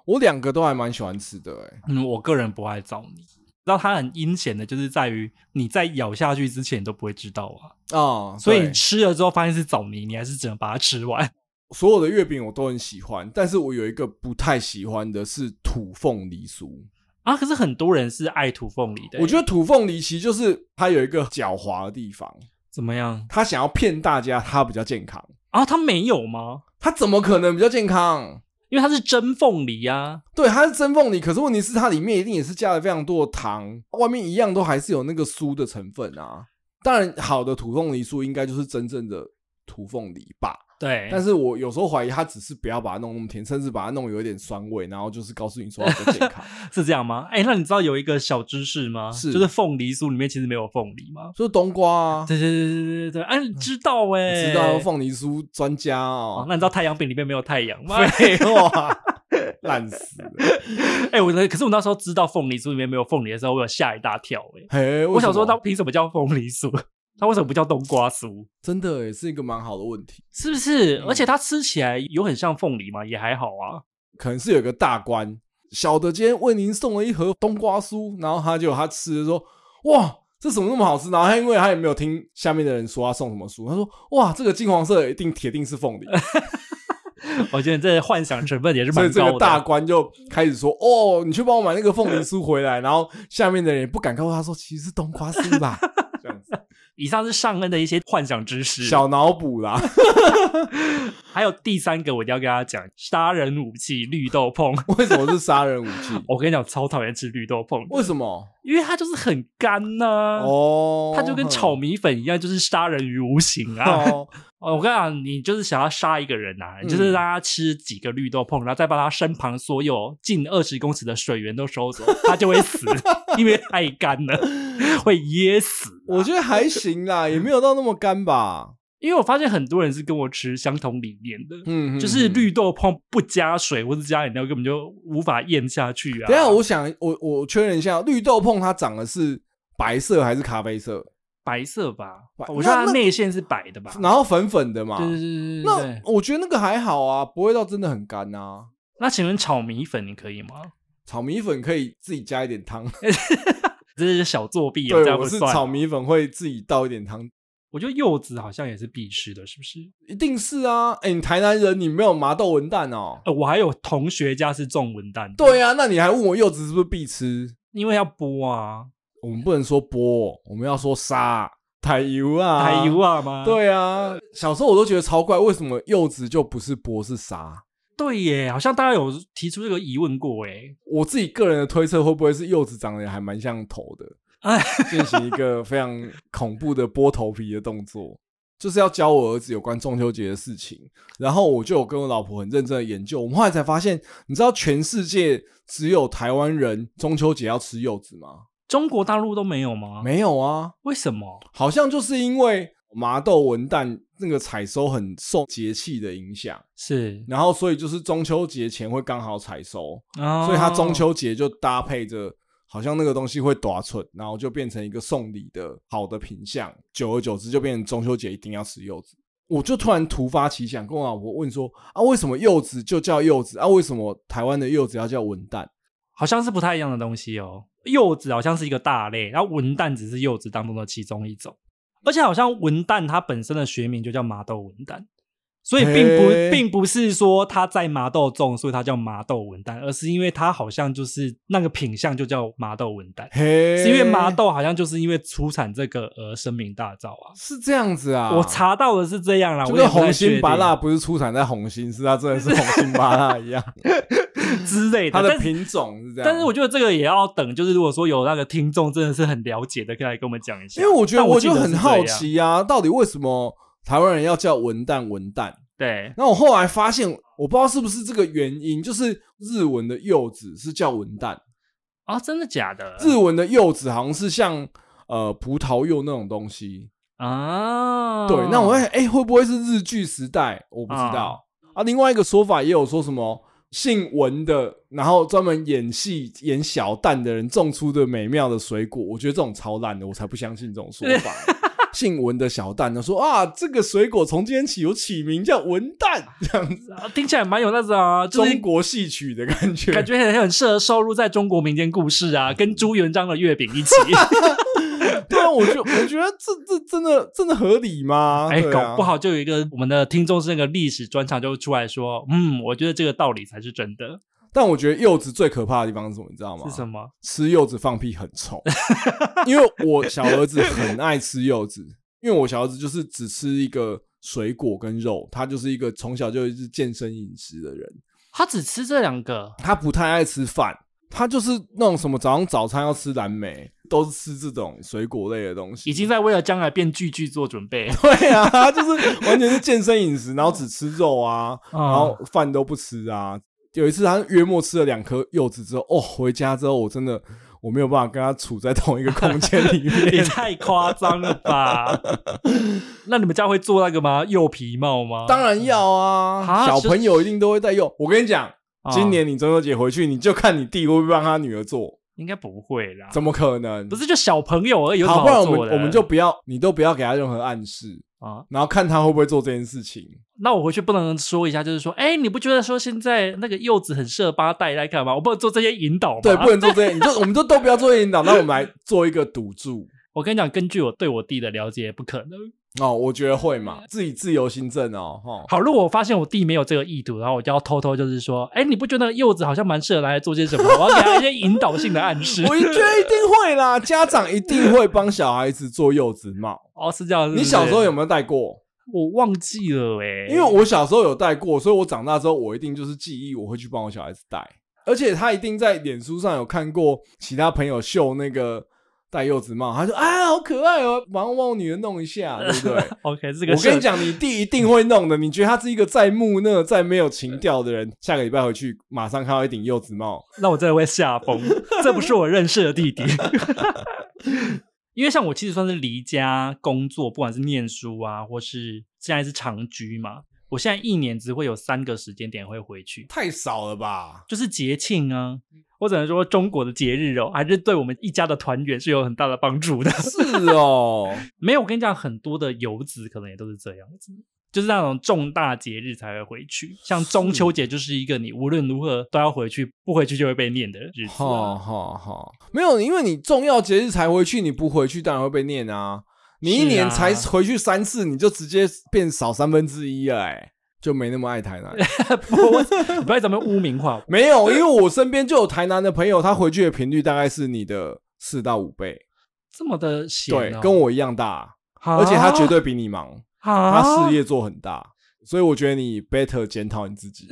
S2: 我两个都还蛮喜欢吃的、欸，
S1: 嗯，我个人不爱枣泥，然后它很阴险的，就是在于你在咬下去之前你都不会知道啊，
S2: 啊，
S1: 所以
S2: 对
S1: 你吃了之后发现是枣泥，你还是只能把它吃完。
S2: 所有的月饼我都很喜欢，但是我有一个不太喜欢的是土凤梨酥。
S1: 啊，可是很多人是爱土凤梨的欸、
S2: 我觉得土凤梨其实就是它有一个狡猾的地方，
S1: 怎么样
S2: 它想要骗大家它比较健康，
S1: 啊？它没有吗？
S2: 它怎么可能比较健康？
S1: 因为它是真凤梨啊，
S2: 对，它是真凤梨，可是问题是它里面一定也是加了非常多的糖，外面一样都还是有那个酥的成分啊。当然，好的土凤梨酥应该就是真正的土凤梨吧，
S1: 对，
S2: 但
S1: 是
S2: 是我有时候怀疑它只是不要把它弄那么甜，甚至把它弄有一点酸味，然后就是告诉你说它比较 健康。
S1: 是这样吗？哎、那你知道有一个小知识吗？
S2: 是
S1: 就是凤梨酥里面其实没有凤梨吗？
S2: 就是冬瓜啊，
S1: 对对对对对对，哎、你知道哎、
S2: 嗯我知道凤梨酥专家
S1: 哦
S2: 哦，，
S1: 那你知道太阳饼里面没有太阳吗？
S2: 废话，烂死了。
S1: 哎、我的可是我那时候知道凤梨酥里面没有凤梨的时候，我有吓一大跳哎、
S2: 嘿，
S1: 我想
S2: 为什
S1: 说
S2: 么
S1: 它凭什么叫凤梨酥？它为什么不叫冬瓜酥？
S2: 真的也是一个蛮好的问题，
S1: 是不是？
S2: 嗯
S1: 而且它吃起来有很像凤梨吗？也还好啊。
S2: 可能是有个大官，小的今天为您送了一盒冬瓜酥，然后他就他吃的说，哇。这怎么那么好吃？然后他因为他也没有听下面的人说他送什么酥，他说：“哇，这个金黄色的一定铁定是凤梨。”
S1: 我觉得这幻想成分也是
S2: 所以
S1: 蛮
S2: 这
S1: 高
S2: 个
S1: 的
S2: 大
S1: 啊。
S2: 官就开始说：“哦，你去帮我买那个凤梨酥回来。”然后下面的人也不敢告诉他说：“其实是冬瓜酥 啦。”这样子，
S1: 以上是上恩的一些幻想知识。
S2: 小脑补啦。
S1: 还有第三个，我一定要跟大家讲，杀人武器绿豆椪。
S2: 为什么是杀人武器？
S1: 我跟你讲，超讨厌吃绿豆椪的，
S2: 为什么？
S1: 因为它就是很干呐、
S2: 哦，
S1: 它就跟炒米粉一样，就是杀人于无形啊！
S2: 哦，
S1: 哦，我跟你讲，你就是想要杀一个人啊，
S2: 嗯
S1: 你就是让他吃几个绿豆椪，然后再把他身旁所有近二十公尺的水源都收走，他就会死， 因为太干了，会噎死。啊
S2: 我觉得还行 啦，也没有到那么干吧。
S1: 因为我发现很多人是跟我持相同理念的，
S2: 嗯，
S1: 就是
S2: 嗯。
S1: 绿豆椪不加水或者加饮料根本就无法咽下去啊。
S2: 等一下，我想我我确认一下，绿豆椪它长的是白色还是咖啡色？
S1: 白色吧，
S2: 白
S1: 我说
S2: 那
S1: 它
S2: 那
S1: 内馅是白的吧，
S2: 然后粉粉的嘛。
S1: 对对对对对
S2: 那
S1: 对。
S2: 我觉得那个还好啊，不会到真的很干啊。
S1: 那请问炒米粉你可以吗？
S2: 炒米粉可以自己加一点汤，
S1: 这是小作弊啊，这
S2: 对，
S1: 样
S2: 我
S1: 不
S2: 是
S1: 算。
S2: 炒米粉会自己倒一点汤。
S1: 我觉得柚子好像也是必吃的，是不是？
S2: 一定是啊！哎、你台南人，你没有麻豆文旦哦？
S1: 呃，我还有同学家是种文旦的，，
S2: 对啊，那你还问我柚子是不是必吃？
S1: 因为要剥啊，
S2: 我们不能说剥，我们要说杀，台油啊，
S1: 还油啊嘛，
S2: 对啊，小时候我都觉得超怪，为什么柚子就不是剥是沙？
S1: 对耶，好像大家有提出这个疑问过哎，
S2: 我自己个人的推测，会不会是柚子长得还蛮像头的，
S1: 哎，
S2: 进行一个非常恐怖的剥头皮的动作，就是要教我儿子有关中秋节的事情。然后我就有跟我老婆很认真的研究，我们后来才发现，你知道全世界只有台湾人中秋节要吃柚子吗？
S1: 中国大陆都没有吗？，
S2: 没有啊，
S1: 为什么？
S2: 好像就是因为麻豆文旦那个采收很受节气的影响。
S1: 是，
S2: 然后所以就是中秋节前会刚好采收，
S1: 哦、
S2: 所以它中秋节就搭配着，好像那个东西会短寸，然后就变成一个送礼的好的品相，久而久之就变成中秋节一定要吃柚子。我就突然突发奇想，跟我老婆问说啊，为什么柚子就叫柚子啊？为什么台湾的柚子要叫文旦？
S1: 好像是不太一样的东西哦。柚子好像是一个大类，然后文旦只是柚子当中的其中一种，而且好像文旦它本身的学名就叫麻豆文旦，所以并不
S2: 嘿
S1: 并不是说它在麻豆种，所以它叫麻豆文旦，而是因为它好像就是那个品相就叫麻豆文旦，
S2: 嘿，
S1: 是因为麻豆好像就是因为出产这个而声名大噪啊。
S2: 是这样子啊？
S1: 我。查到的是这样啦，
S2: 就
S1: 我也
S2: 跟
S1: 不太确
S2: 红心
S1: 定
S2: 芭辣不是出产在红心，是它啊真 的是红心芭辣一样，
S1: 之类的，
S2: 它
S1: 但
S2: 的
S1: 是
S2: 品种是这样。
S1: 但是我觉得这个也要等，就是如果说有那个听众真的是很了解的，可以来跟我们讲一下。
S2: 因为我觉得
S1: 但我记
S2: 就
S1: 得
S2: 很
S1: 是这
S2: 好
S1: 样，
S2: 奇啊，到底为什么台湾人要叫文旦文旦？
S1: 对，
S2: 那我后来发现，我不知道是不是这个原因，就是日文的柚子是叫文旦，
S1: 啊，真的假的？
S2: 日文的柚子好像是像呃葡萄柚那种东西。
S1: 啊，
S2: 对，那我会哎、会不会是日据时代？我不知道啊。另外一个说法也有说什么。姓文的，然后专门演戏演小旦的人种出的美妙的水果，我觉得这种超烂的，我才不相信这种说法。姓文的小旦他说啊，这个水果从今天起有起名叫文旦，这样子，
S1: 啊听起来蛮有那种啊，就是
S2: 中国戏曲的感觉。
S1: 感觉很很适合收入在中国民间故事 啊，跟朱元璋的月饼一起。
S2: 对啊，我觉得我觉得这这真的真的合理吗？
S1: 哎，
S2: 对啊
S1: 搞不好就有一个我们的听众是那个历史专场就会出来说，嗯，我觉得这个道理才是真的，
S2: 但我觉得柚子最可怕的地方是什么？你知道吗？
S1: 是什么？
S2: 吃柚子放屁很臭， 因为我小儿子很爱吃柚子，因为我小儿子就是只吃一个水果跟肉，他就是一个从小就是健身饮食的人，
S1: 他只吃这两个，
S2: 他不太爱吃饭，他就是那种什么早上早餐要吃蓝莓，都是吃这种水果类的东西
S1: 已。经在为了将来变巨巨做准 备。
S2: 对啊，他就是完全是健身饮食，然后只吃肉啊，然后
S1: 嗯
S2: 饭都不吃啊。有一次他约莫吃了两颗柚子之后，哦，回家之后我真的我没有办法跟他处在同一个空间 里
S1: 也
S2: 面。
S1: 太夸张了 吧？那你们家会做那个吗？柚皮帽吗？
S2: 当然要啊，
S1: 啊
S2: 小朋友一定都会带柚。我跟你讲，
S1: 啊，
S2: 今年你中秋节回去，你就看你弟会不会帮他女儿做，
S1: 应该不会啦。
S2: 怎么可能
S1: 啊不？是就小朋友而已，有什么
S2: 好，不然我
S1: 做
S2: 们
S1: 的
S2: 我们就不要，你都不要给他任何暗示，
S1: 啊。
S2: 然后看他会不会做这件事情。
S1: 那我回去不能说一下，就是说，哎、你不觉得说现在那个柚子很适合把它带来看吗？我不能做这些引导吗？
S2: 对，不能做这些，你就我们就都不要做引导，那我们来做一个赌注。
S1: 我跟你讲，根据我对我弟的了解，不可能。
S2: 哦，我觉得会 嘛，自己自由新政哦，哈。。
S1: 好，如果我发现我弟没有这个意图，然后我就要偷偷就是说，哎、你不觉得柚子好像蛮适合拿来做些什么？我要给他一些引导性的暗示
S2: 我觉得一定会啦，家长一定会帮小孩子做柚子帽。
S1: 哦，是这 样是不
S2: 你
S1: 是
S2: 小时候有没有戴过？
S1: 我忘记了哎、
S2: 因为我小时候有戴过，所以我长大之后我一定就是记忆，我会去帮我小孩子戴。而且他一定在脸书上有看过其他朋友秀那个戴柚子帽，他说啊好可爱哦，马上帮我女儿弄一下， 对不对？
S1: OK，这个
S2: 我跟
S1: 社
S2: 你讲，你弟一定会弄的。你觉得他是一个再木讷、再没有情调的人？下个礼拜回去马上看到一顶柚子帽，
S1: 那我真的会吓疯，这不是我认识的弟 弟。因为像我其实算是离家工作，不管是念书啊，或是现在是长居嘛，我现在一年只会有三个时间点会回去，
S2: 太少了 吧？
S1: 就是节庆啊。我只能说，中国的节日哦，还是对我们一家的团圆是有很大的帮助的。
S2: 是哦，
S1: 没有，我跟你讲，很多的游子可能也都是这样子，就是那种重大节日才会回去，像中秋节就是一个你无论如何都要回去，不回去就会被念的日子、
S2: 好
S1: 啊。
S2: 好好，没有，因为你重要节日才回去，你不回去当然会被念啊。你一
S1: 是
S2: 年
S1: 啊
S2: 才回去三次，你就直接变少三分之一了、哎，就没那么爱台南。
S1: 我你啊 不要咱们污名化我，
S2: 没有，因为我身边就有台南的朋友，他回去的频率大概是你的四到五倍，
S1: 这么的闲、
S2: 对
S1: 哦，，
S2: 跟我一样大，
S1: 啊，
S2: 而且他绝对比你忙，
S1: 啊，
S2: 他事业做很大，所以我觉得你 better 检讨你 自己。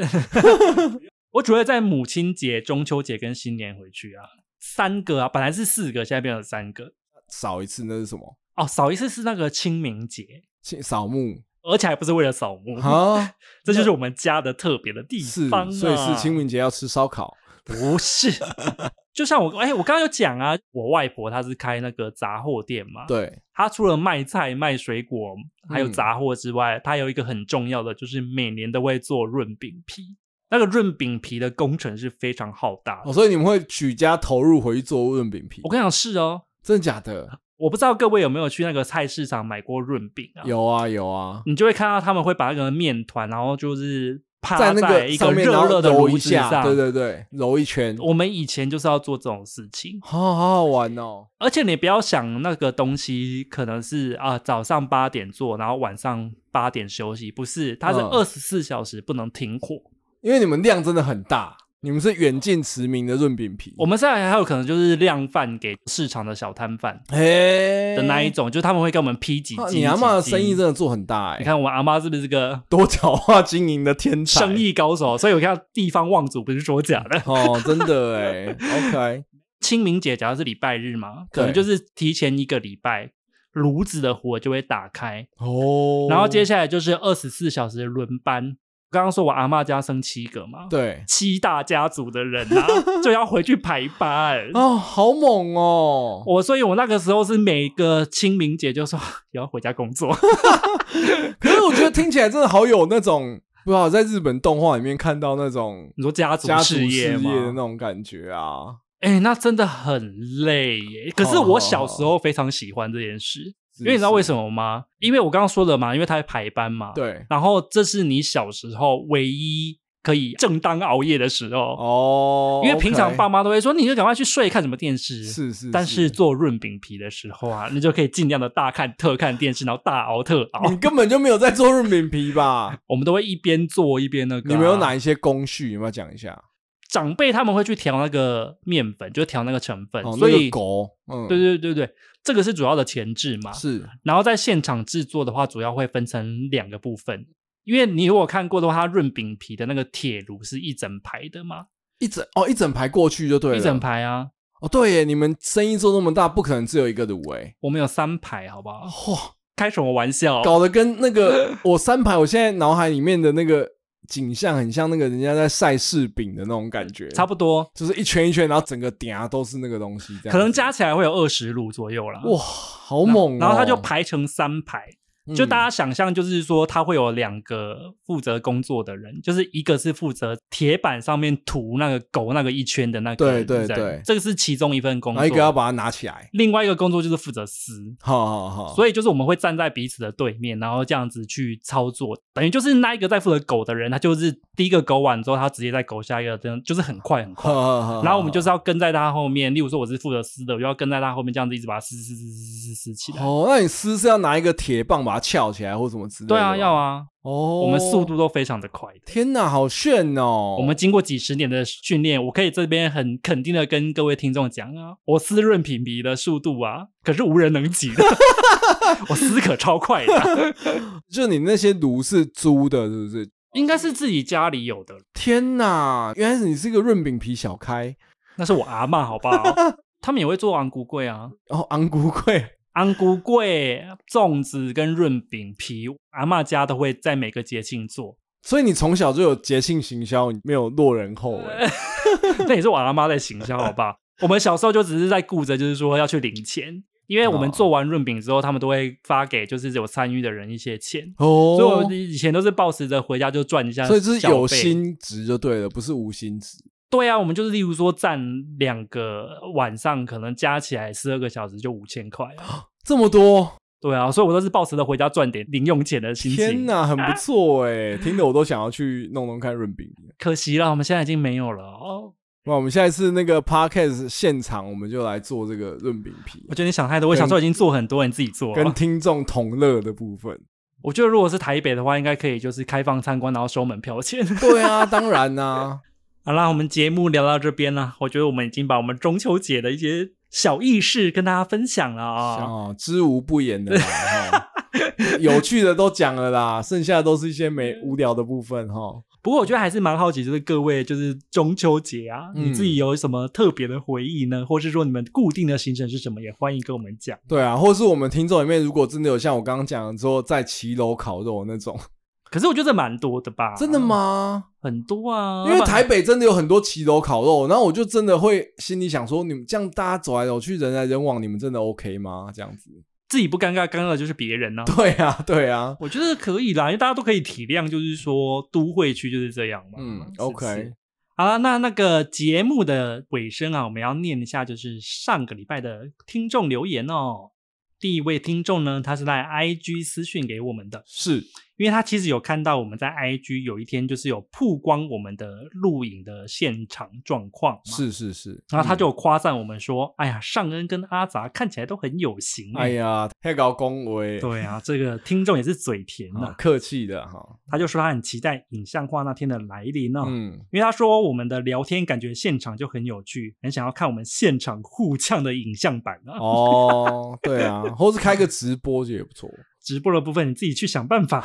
S1: 我主要在母亲节、中秋节跟新年回去啊，三个啊，本来是四个，现在变成三个。
S2: 少一次那是什么？
S1: 哦，少一次是那个清明节，
S2: 清扫 墓
S1: 而且还不是为了扫墓，
S2: 啊，
S1: 这就是我们家的特别的地
S2: 是
S1: 方、啊。，
S2: 所以是清明节要吃烧烤。
S1: 不是？ 就像我哎、我刚刚有讲啊，我外婆她是开那个杂货店嘛，
S2: 对，
S1: 她除了卖菜、卖水果，还有
S2: 嗯
S1: 杂货之外，她有一个很重要的，就是每年都会做润饼皮。那个润饼皮的工程是非常浩大的
S2: 哦，，所以你们会举家投入回去做润饼皮
S1: 我？跟你讲是哦，
S2: 真的 假的？
S1: 我不知道各位有没有去那个菜市场买过润饼啊？，
S2: 有啊有啊，
S1: 你就会看到他们会把那个面团，然后就是趴
S2: 在那
S1: 个
S2: 个
S1: 一
S2: 上面
S1: 热
S2: 然
S1: 热
S2: 后
S1: 的
S2: 揉
S1: 炉
S2: 一
S1: 子
S2: 下，
S1: 上。
S2: 对对对，揉一圈，
S1: 我们以前就是要做这种事情，
S2: 好好好玩哦。
S1: 而且你不要想那个东西可能是啊、早上八点做，然后晚上八点休息，不是，它是
S2: 嗯
S1: 二十四小时不能停火。
S2: 因为你们量真的很大，你们是远近驰名的润饼皮。
S1: 我们现在还有可能就是量贩给市场的小摊贩
S2: 嘿
S1: 的那一种，就是他们会跟我们批几斤、
S2: 啊你阿嬷的
S1: 几斤
S2: 生意真的做很大哎、
S1: 你看我阿妈是不是个
S2: 多角化经营的天才，
S1: 生意高手，所以我看到地方望族不是说假的。
S2: 哦，真的哎、OK，
S1: 清明节假如是礼拜日嘛，可能
S2: 对
S1: 就是提前一个礼拜，炉子的火就会打开，
S2: 哦，
S1: 然后接下来就是二十四小时的轮班。刚刚说我阿嬷家生七个嘛，
S2: 哦对
S1: 七大家族的人啊， 就要回去排班。
S2: 哦，好猛哦，
S1: 我所以，我那个时候是每个清明节就说 也要回家工作，
S2: 可是我觉得听起来真的好有那种，不知道在日本动画里面看到那种
S1: 你说家族
S2: 家族
S1: 事
S2: 事
S1: 业
S2: 业
S1: 嘛，
S2: 的那种感觉啊。
S1: 哎、那真的很累耶。
S2: 哦
S1: 可是我小时候非常喜欢这件事，因为你知道为什么吗？因为我刚刚说了嘛，因为他在排班嘛，
S2: 么。对，
S1: 然后这是你小时候唯一可以正当熬夜的时候，
S2: 哦，
S1: 因为平常
S2: OK
S1: 爸妈都会说你就赶快去睡，看什么电视。
S2: 是是，
S1: 但是做润饼皮的时候啊，你就可以尽量的大看特看电视，然后大熬特熬
S2: 你。根本就没有在做润饼皮 吧？
S1: 我们都会一边做一边那个啊、
S2: 你们有哪一些工序？有没有讲一下？
S1: 长辈他们会去调那个面粉，就调那个成分，
S2: 哦，
S1: 所
S2: 那
S1: 以、
S2: 个狗，嗯，
S1: 对对对对，这个是主要的前置嘛。
S2: 是
S1: 然后在现场制作的话，主要会分成两个部分，因为你如果看过的话，它润饼皮的那个铁炉是一整排的嘛，
S2: 一整哦一整排过去就对了，
S1: 一整排啊，
S2: 哦对耶，你们生意做那么大，不可能只有一个卤味，
S1: 我们有三排，好不好？
S2: 嚯、
S1: 开什么玩笑？
S2: 搞得跟那 个我三排，我现在脑海里面的那个景象很像那个人家在晒柿饼的那种感觉，
S1: 差不多，
S2: 就是一圈一圈，然后整个顶啊都是那个东西，这样子
S1: 可能加起来会有二十炉左右啦。
S2: 哇好猛、哦嗯
S1: 然后它就排成三排，就大
S2: 家、
S1: 家想象就是说，它会有两个负责工作的人，就是一个是负责铁板上面涂那个勾那个一圈的那个
S2: 对对
S1: 人
S2: 对
S1: 这个是其中一份工
S2: 嗯
S1: 作。
S2: 然后一个要把它拿起来，
S1: 另外一个工作就是负责撕，
S2: 好好好，以
S1: 所以就是我们会站在彼此的对面，然后这样子去操作，等于就是那一个在负责狗的人，他就是第一个狗完之后，他直接在狗下一个，这样就是很快很快。然后
S2: 啊
S1: 我们就是要跟在他后面，例如说我是负责撕的，我就要跟在他后面这样子一直把它撕撕撕撕撕撕起来。
S2: 哦，那你撕是要拿一个铁棒把它撬起来，或什么之类的
S1: 对
S2: 吗？
S1: 啊，要啊，
S2: 哦，
S1: 我们速度都非常的快的。
S2: 天哪，好炫哦！
S1: 我们经过几十年的训练，我可以这边很肯定的跟各位听众讲啊，我撕润品皮的速度啊，可是无人能及的，我撕可超快的啊、
S2: 就你那些炉是租的，是不是？
S1: 应该是自己家里有的，
S2: 天哪，原来是你是个润饼皮小开，
S1: 那是我阿嬷好不好？他们也会做昂古贵啊，
S2: 然后昂古贵，
S1: 昂古贵、粽子跟润饼皮，阿嬷家都会在每个节庆做。
S2: 所以你从小就有节庆行销，你没有落人后 哎、
S1: 那也是我阿妈在行销，好不 好？我们小时候就只是在顾着，就是说要去领钱，因为我们
S2: 哦
S1: 做完润饼之后，他们都会发给就是有参与的人一些钱。
S2: 哦，
S1: 所以，我们以前都是抱持着回家就赚一下，
S2: 所以这是有。心值就对了，不是无心值。
S1: 对啊，我们就是例如说站两个晚上，可能加起来十二个小时就五千块啊。
S2: 这么多，
S1: 对啊，所以我都是抱持着回家赚点零用钱的心情。
S2: 天哪，很不欸错哎、听得我都想要去弄弄看润饼。
S1: 可惜了，我们现在已经没有了哦。
S2: 那我们下一次那个 podcast 现场，我们就来做这个润饼皮
S1: 我觉得你想太多，我小时候已经做很多，你自己做
S2: 跟
S1: 啊。
S2: 听众同乐的 部分。
S1: 我觉得如果是台北的话，应该可以就是开放参观，然后收门票钱。
S2: 对啊，当然啦、
S1: 好啦，我们节目聊到这边啦，我觉得我们已经把我们中秋节的一些小意识跟大家分享了 啊、
S2: 哦，知无不言的啦， 哈有趣的都讲了啦，剩下的都是一些没无聊的部分哈。
S1: 不过我觉得还是蛮好奇，就是各位就是中秋节啊，
S2: 嗯
S1: 你自己有什么特别的回忆呢？或是说你们固定的行程是什么？也欢迎跟我们讲。
S2: 对啊，或是我们听众里面，如果真的有像我刚刚讲的之后，在骑楼烤肉那种，
S1: 可是我觉得这蛮多的吧？
S2: 真的？吗？
S1: 很多啊，
S2: 啊因为台北真的有很多骑楼烤肉，然后我就真的会心里想说，你们这样大家走来走去，人来人往，你们真的 OK 吗？这样子？
S1: 自己不尴尬，尴尬的就是别人呢、啊。
S2: 对啊，对啊，
S1: 我觉得可以啦，因为大家都可以体谅，就是说都会区就是这样嘛。
S2: 嗯
S1: 是不是
S2: ，OK，
S1: 好了，那那个节目的尾声啊，我们要念一下，就是上个礼拜的听众留言哦。第一位听众呢，他是在 IG 私讯给我们的，
S2: 是
S1: 因为他其实有看到我们在 IG 有一天就是有曝光我们的录影的现场状况嘛，，
S2: 是是是，
S1: 然后他
S2: 嗯
S1: 就有夸赞我们说：“哎呀，尚恩跟阿杂看起来都很有型、
S2: 哎，呀，太高恭维，
S1: 对啊，这个听众也是嘴甜呐、
S2: 好客气的哈，
S1: 他就说他很期待影像化那天的来临哦。
S2: 嗯，
S1: 因为他说我们的聊天感觉现场就很有趣，很想要看我们现场互呛的影像版啊。
S2: 哦，对 啊，或是开个直播就也不错。
S1: 直播的部分你自己去想办 法。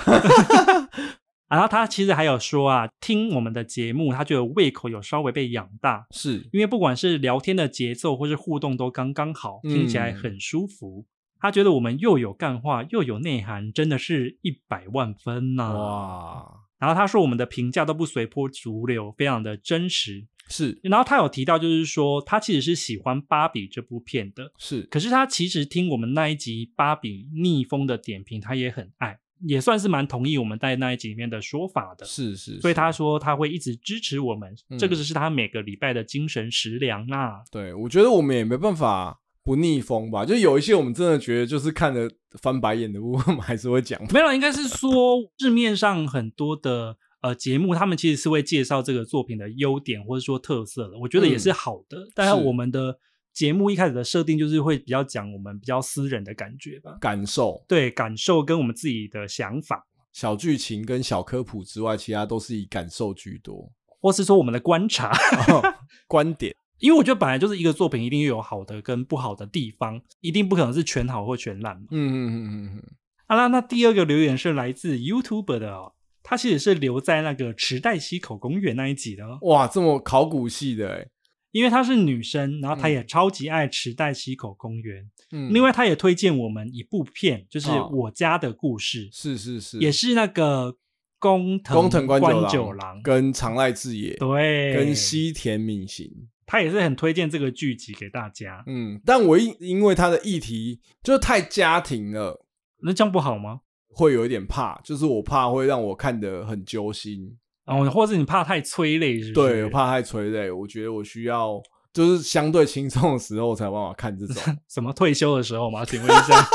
S1: 然后他其实还有说啊，听我们的节目，他觉得胃口有稍微被养大，
S2: 是，
S1: 因为不管是聊天的节奏或是互动都刚刚好，
S2: 嗯
S1: 听起来很舒服。他觉得我们又有干话又有内涵，真的是一百万分呐、
S2: 啊哇，
S1: 然后他说我们的评价都不随波逐流，非常的真实。
S2: 是
S1: 然后他有提到，就是说他其实是喜欢《芭比》这部片的，
S2: 是，
S1: 可是他其实听我们那一集《芭比逆风》的点评，他也很爱，也算是蛮同意我们在那一集里面的说法的。
S2: 是是，
S1: 所以
S2: 是
S1: 他说他会一直支持我们，
S2: 嗯
S1: 这个就是他每个礼拜的精神食粮啦、
S2: 对我觉得我们也没办法不逆风吧，就有一些我们真的觉得就是看着翻白眼的部分，我们还是会讲。
S1: 没有啦，应该是说市面上很多的呃节目，他们其实是会介绍这个作品的优点或者说特色的，我觉得也是好的。但是
S2: 是
S1: 我们的节目一开始的设定就是会比较讲我们比较私人的感觉吧，
S2: 感受、
S1: 对感受跟我们自己的想法，
S2: 小剧情跟小科普之外，其他都是以感受居多。
S1: 或是说我们的观察。
S2: 哦观点
S1: 因为我觉得本来就是一个作品一定有好的跟不好的地方，一定不可能是全好或全烂嘛。
S2: 嗯嗯嗯嗯嗯，
S1: 好啦，那第二个留言是来自 YouTube 的哦，他其实是留在那个池袋西口公园那一集的哦。
S2: 哇，这么考古系的哎、欸，
S1: 因为她是女生，然后她也超级爱池袋西口公园。
S2: 嗯，
S1: 另外，她也推荐我们一部片，就是
S2: 哦
S1: 《我家的故事》，
S2: 是是是，
S1: 也是那个工藤
S2: 工藤官
S1: 九
S2: 九
S1: 郎
S2: 跟长濑智也
S1: 对，
S2: 跟西田敏行。
S1: 她也是很推荐这个剧集给大家。
S2: 嗯，但我因因为他的议题就是太家庭了，
S1: 那这样不好吗？
S2: 会有一点怕，就是我怕会让我看得很揪心，
S1: 哦，或者你怕太催泪，是不是？
S2: 对，我怕太催泪。我觉得我需要就是相对轻松的时候才有办法看这种。
S1: 什么退休的时候吗？请问一 下，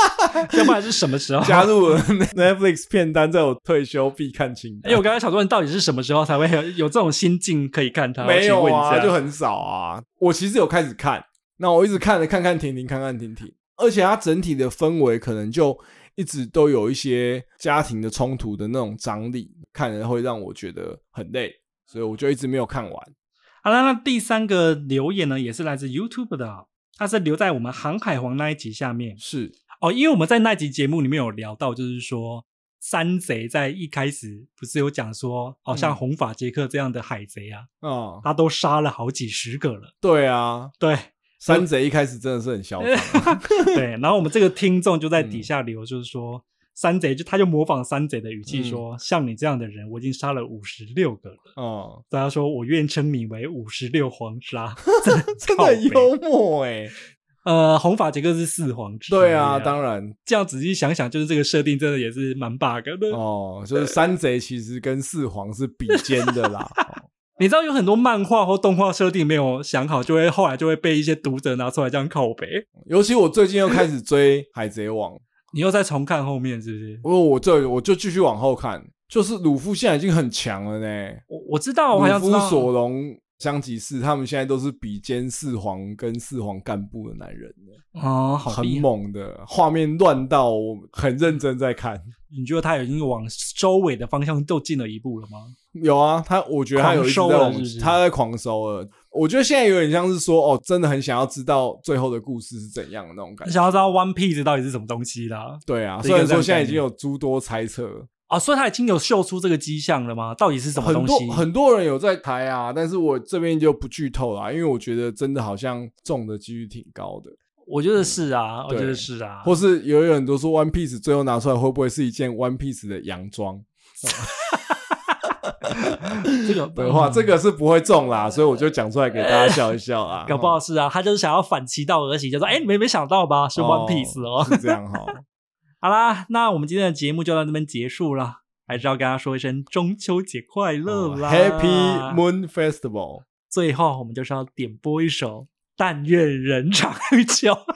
S1: 要不然是什么时候？
S2: 加入了 Netflix 片单，在我退休必看清
S1: 哎，我
S2: 单。
S1: 刚才想说，你到底是什么时候才会有有这种心境可以看它？
S2: 没有
S1: 我请问
S2: 啊，
S1: 一下
S2: 就很少啊。我其实有开始看，那我一直看了看看停停，看看停停，而且它整体的氛围可能就一直都有一些家庭的冲突的那种张力，看了会让我觉得很累，所以我就一直没有看完。
S1: 好了，那第三个留言呢，也是来自 YouTube 的哦，它是留在我们航海王那一集下面
S2: 是
S1: 哦，因为我们在那集节目里面有聊到，就是说山贼在一开始不是有讲说，哦，
S2: 嗯
S1: 像红发杰克这样的海贼啊，
S2: 啊、哦
S1: 他都杀了好几十个了，
S2: 对啊，
S1: 对
S2: 山贼一开始真的是很 嚣张啊、
S1: 对，然后我们这个听众就在
S2: 嗯
S1: 底下留，就是说。山贼就他就模仿山贼的语
S2: 嗯
S1: 气说：“像你这样的人，我已经杀了五十六个了。
S2: 哦”
S1: 大家说：“我愿称你为五十六黄 沙。
S2: 真
S1: 靠
S2: 的
S1: 北
S2: 很幽默哎、”
S1: 呃，红发杰克是四皇之一
S2: 对啊，当然
S1: 这样仔细想想，就是这个设定真的也是蛮 bug 的。
S2: 哦，就是山贼其实跟四皇是比肩的啦。 哦
S1: 你知道有很多漫画或动画设定没有想好，就会后来就会被一些读者拿出来这样拷贝。
S2: 尤其我最近又开始追《海贼王》，
S1: 你又再重看后面是不是？
S2: 因为我这我就继续往后看，就是鲁夫现在已经很强了呢。
S1: 我我知道，我好
S2: 鲁
S1: 像知
S2: 夫、索
S1: 道。
S2: 隆、香吉士他们现在都是比肩四皇跟四皇干部的男人，
S1: 哦，好
S2: 很
S1: 厉害！
S2: 猛的，画面乱到我很认真在看。
S1: 你觉得他已经往收尾的方向又进了一步了吗？
S2: 有啊，他我觉得他有一直在
S1: 狂收了
S2: 往
S1: 是不是
S2: 他在狂收了。我觉得现在有点像是说，哦，真的很想要知道最后的故事是怎样的那种感觉。
S1: 想要知道 One Piece 到底是什么东西啦？
S2: 对啊，
S1: 这
S2: 虽然
S1: 啊个这
S2: 说
S1: 样
S2: 现在
S1: 概
S2: 已经
S1: 念
S2: 有诸多猜测，
S1: 啊，所以他已经有秀出这个迹象了吗？到底是什么
S2: 很
S1: 东
S2: 多
S1: 西？
S2: 很多人有在猜啊，但是我这边就不剧透啦，因为我觉得真的好像中的几率挺高的，
S1: 我觉得是啊，我
S2: 嗯对
S1: 觉得是啊。
S2: 或是有有很多说 One Piece 最后拿出来会不会是一件 One Piece 的洋 装
S1: 这个
S2: 的话，
S1: 嗯，
S2: 这个是不会中啦，所以我就讲出来给大家笑一笑啊
S1: 搞不好是啊，他就是想要反其道而行，就说：“哎、你们没想到吧？是 One Piece 哦。
S2: 是这样哈。
S1: 好啦，那我们今天的节目就到这边结束了，还是要跟大家说一声中秋节快乐啦、
S2: 哦 Happy Moon Festival，
S1: 最后，我们就是要点播一首《但愿人长久》。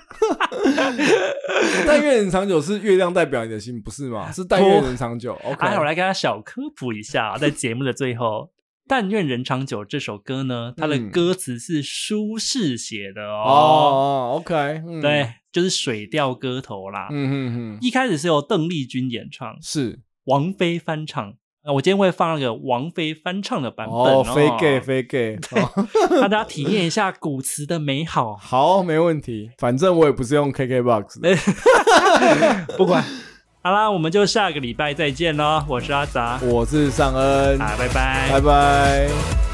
S2: 但愿人长久是月亮代表你的心，不是吗？是但愿人长久。OK，
S1: 哎，我来跟大家小科普一下啊，在节目的最后，《但愿人长久》这首歌呢，它的
S2: 嗯
S1: 歌词是苏轼写的哦，
S2: 哦，OK，嗯，
S1: 对，就是《水调歌头》啦。
S2: 嗯嗯嗯，
S1: 一开始是由邓丽君演唱，
S2: 是
S1: 王菲翻唱。呃我今天会放那个王菲翻唱的版本
S2: 哦，非 gay
S1: 非，
S2: 非 gay，哦
S1: 让大家体验一下古词的美好。
S2: 好，没问题，反正我也不是 用 KKBOX 的。
S1: 不管，好啦，我们就 下个礼拜再见喽。我是阿杂，
S2: 我是尚恩，
S1: 啊，拜
S2: 拜拜。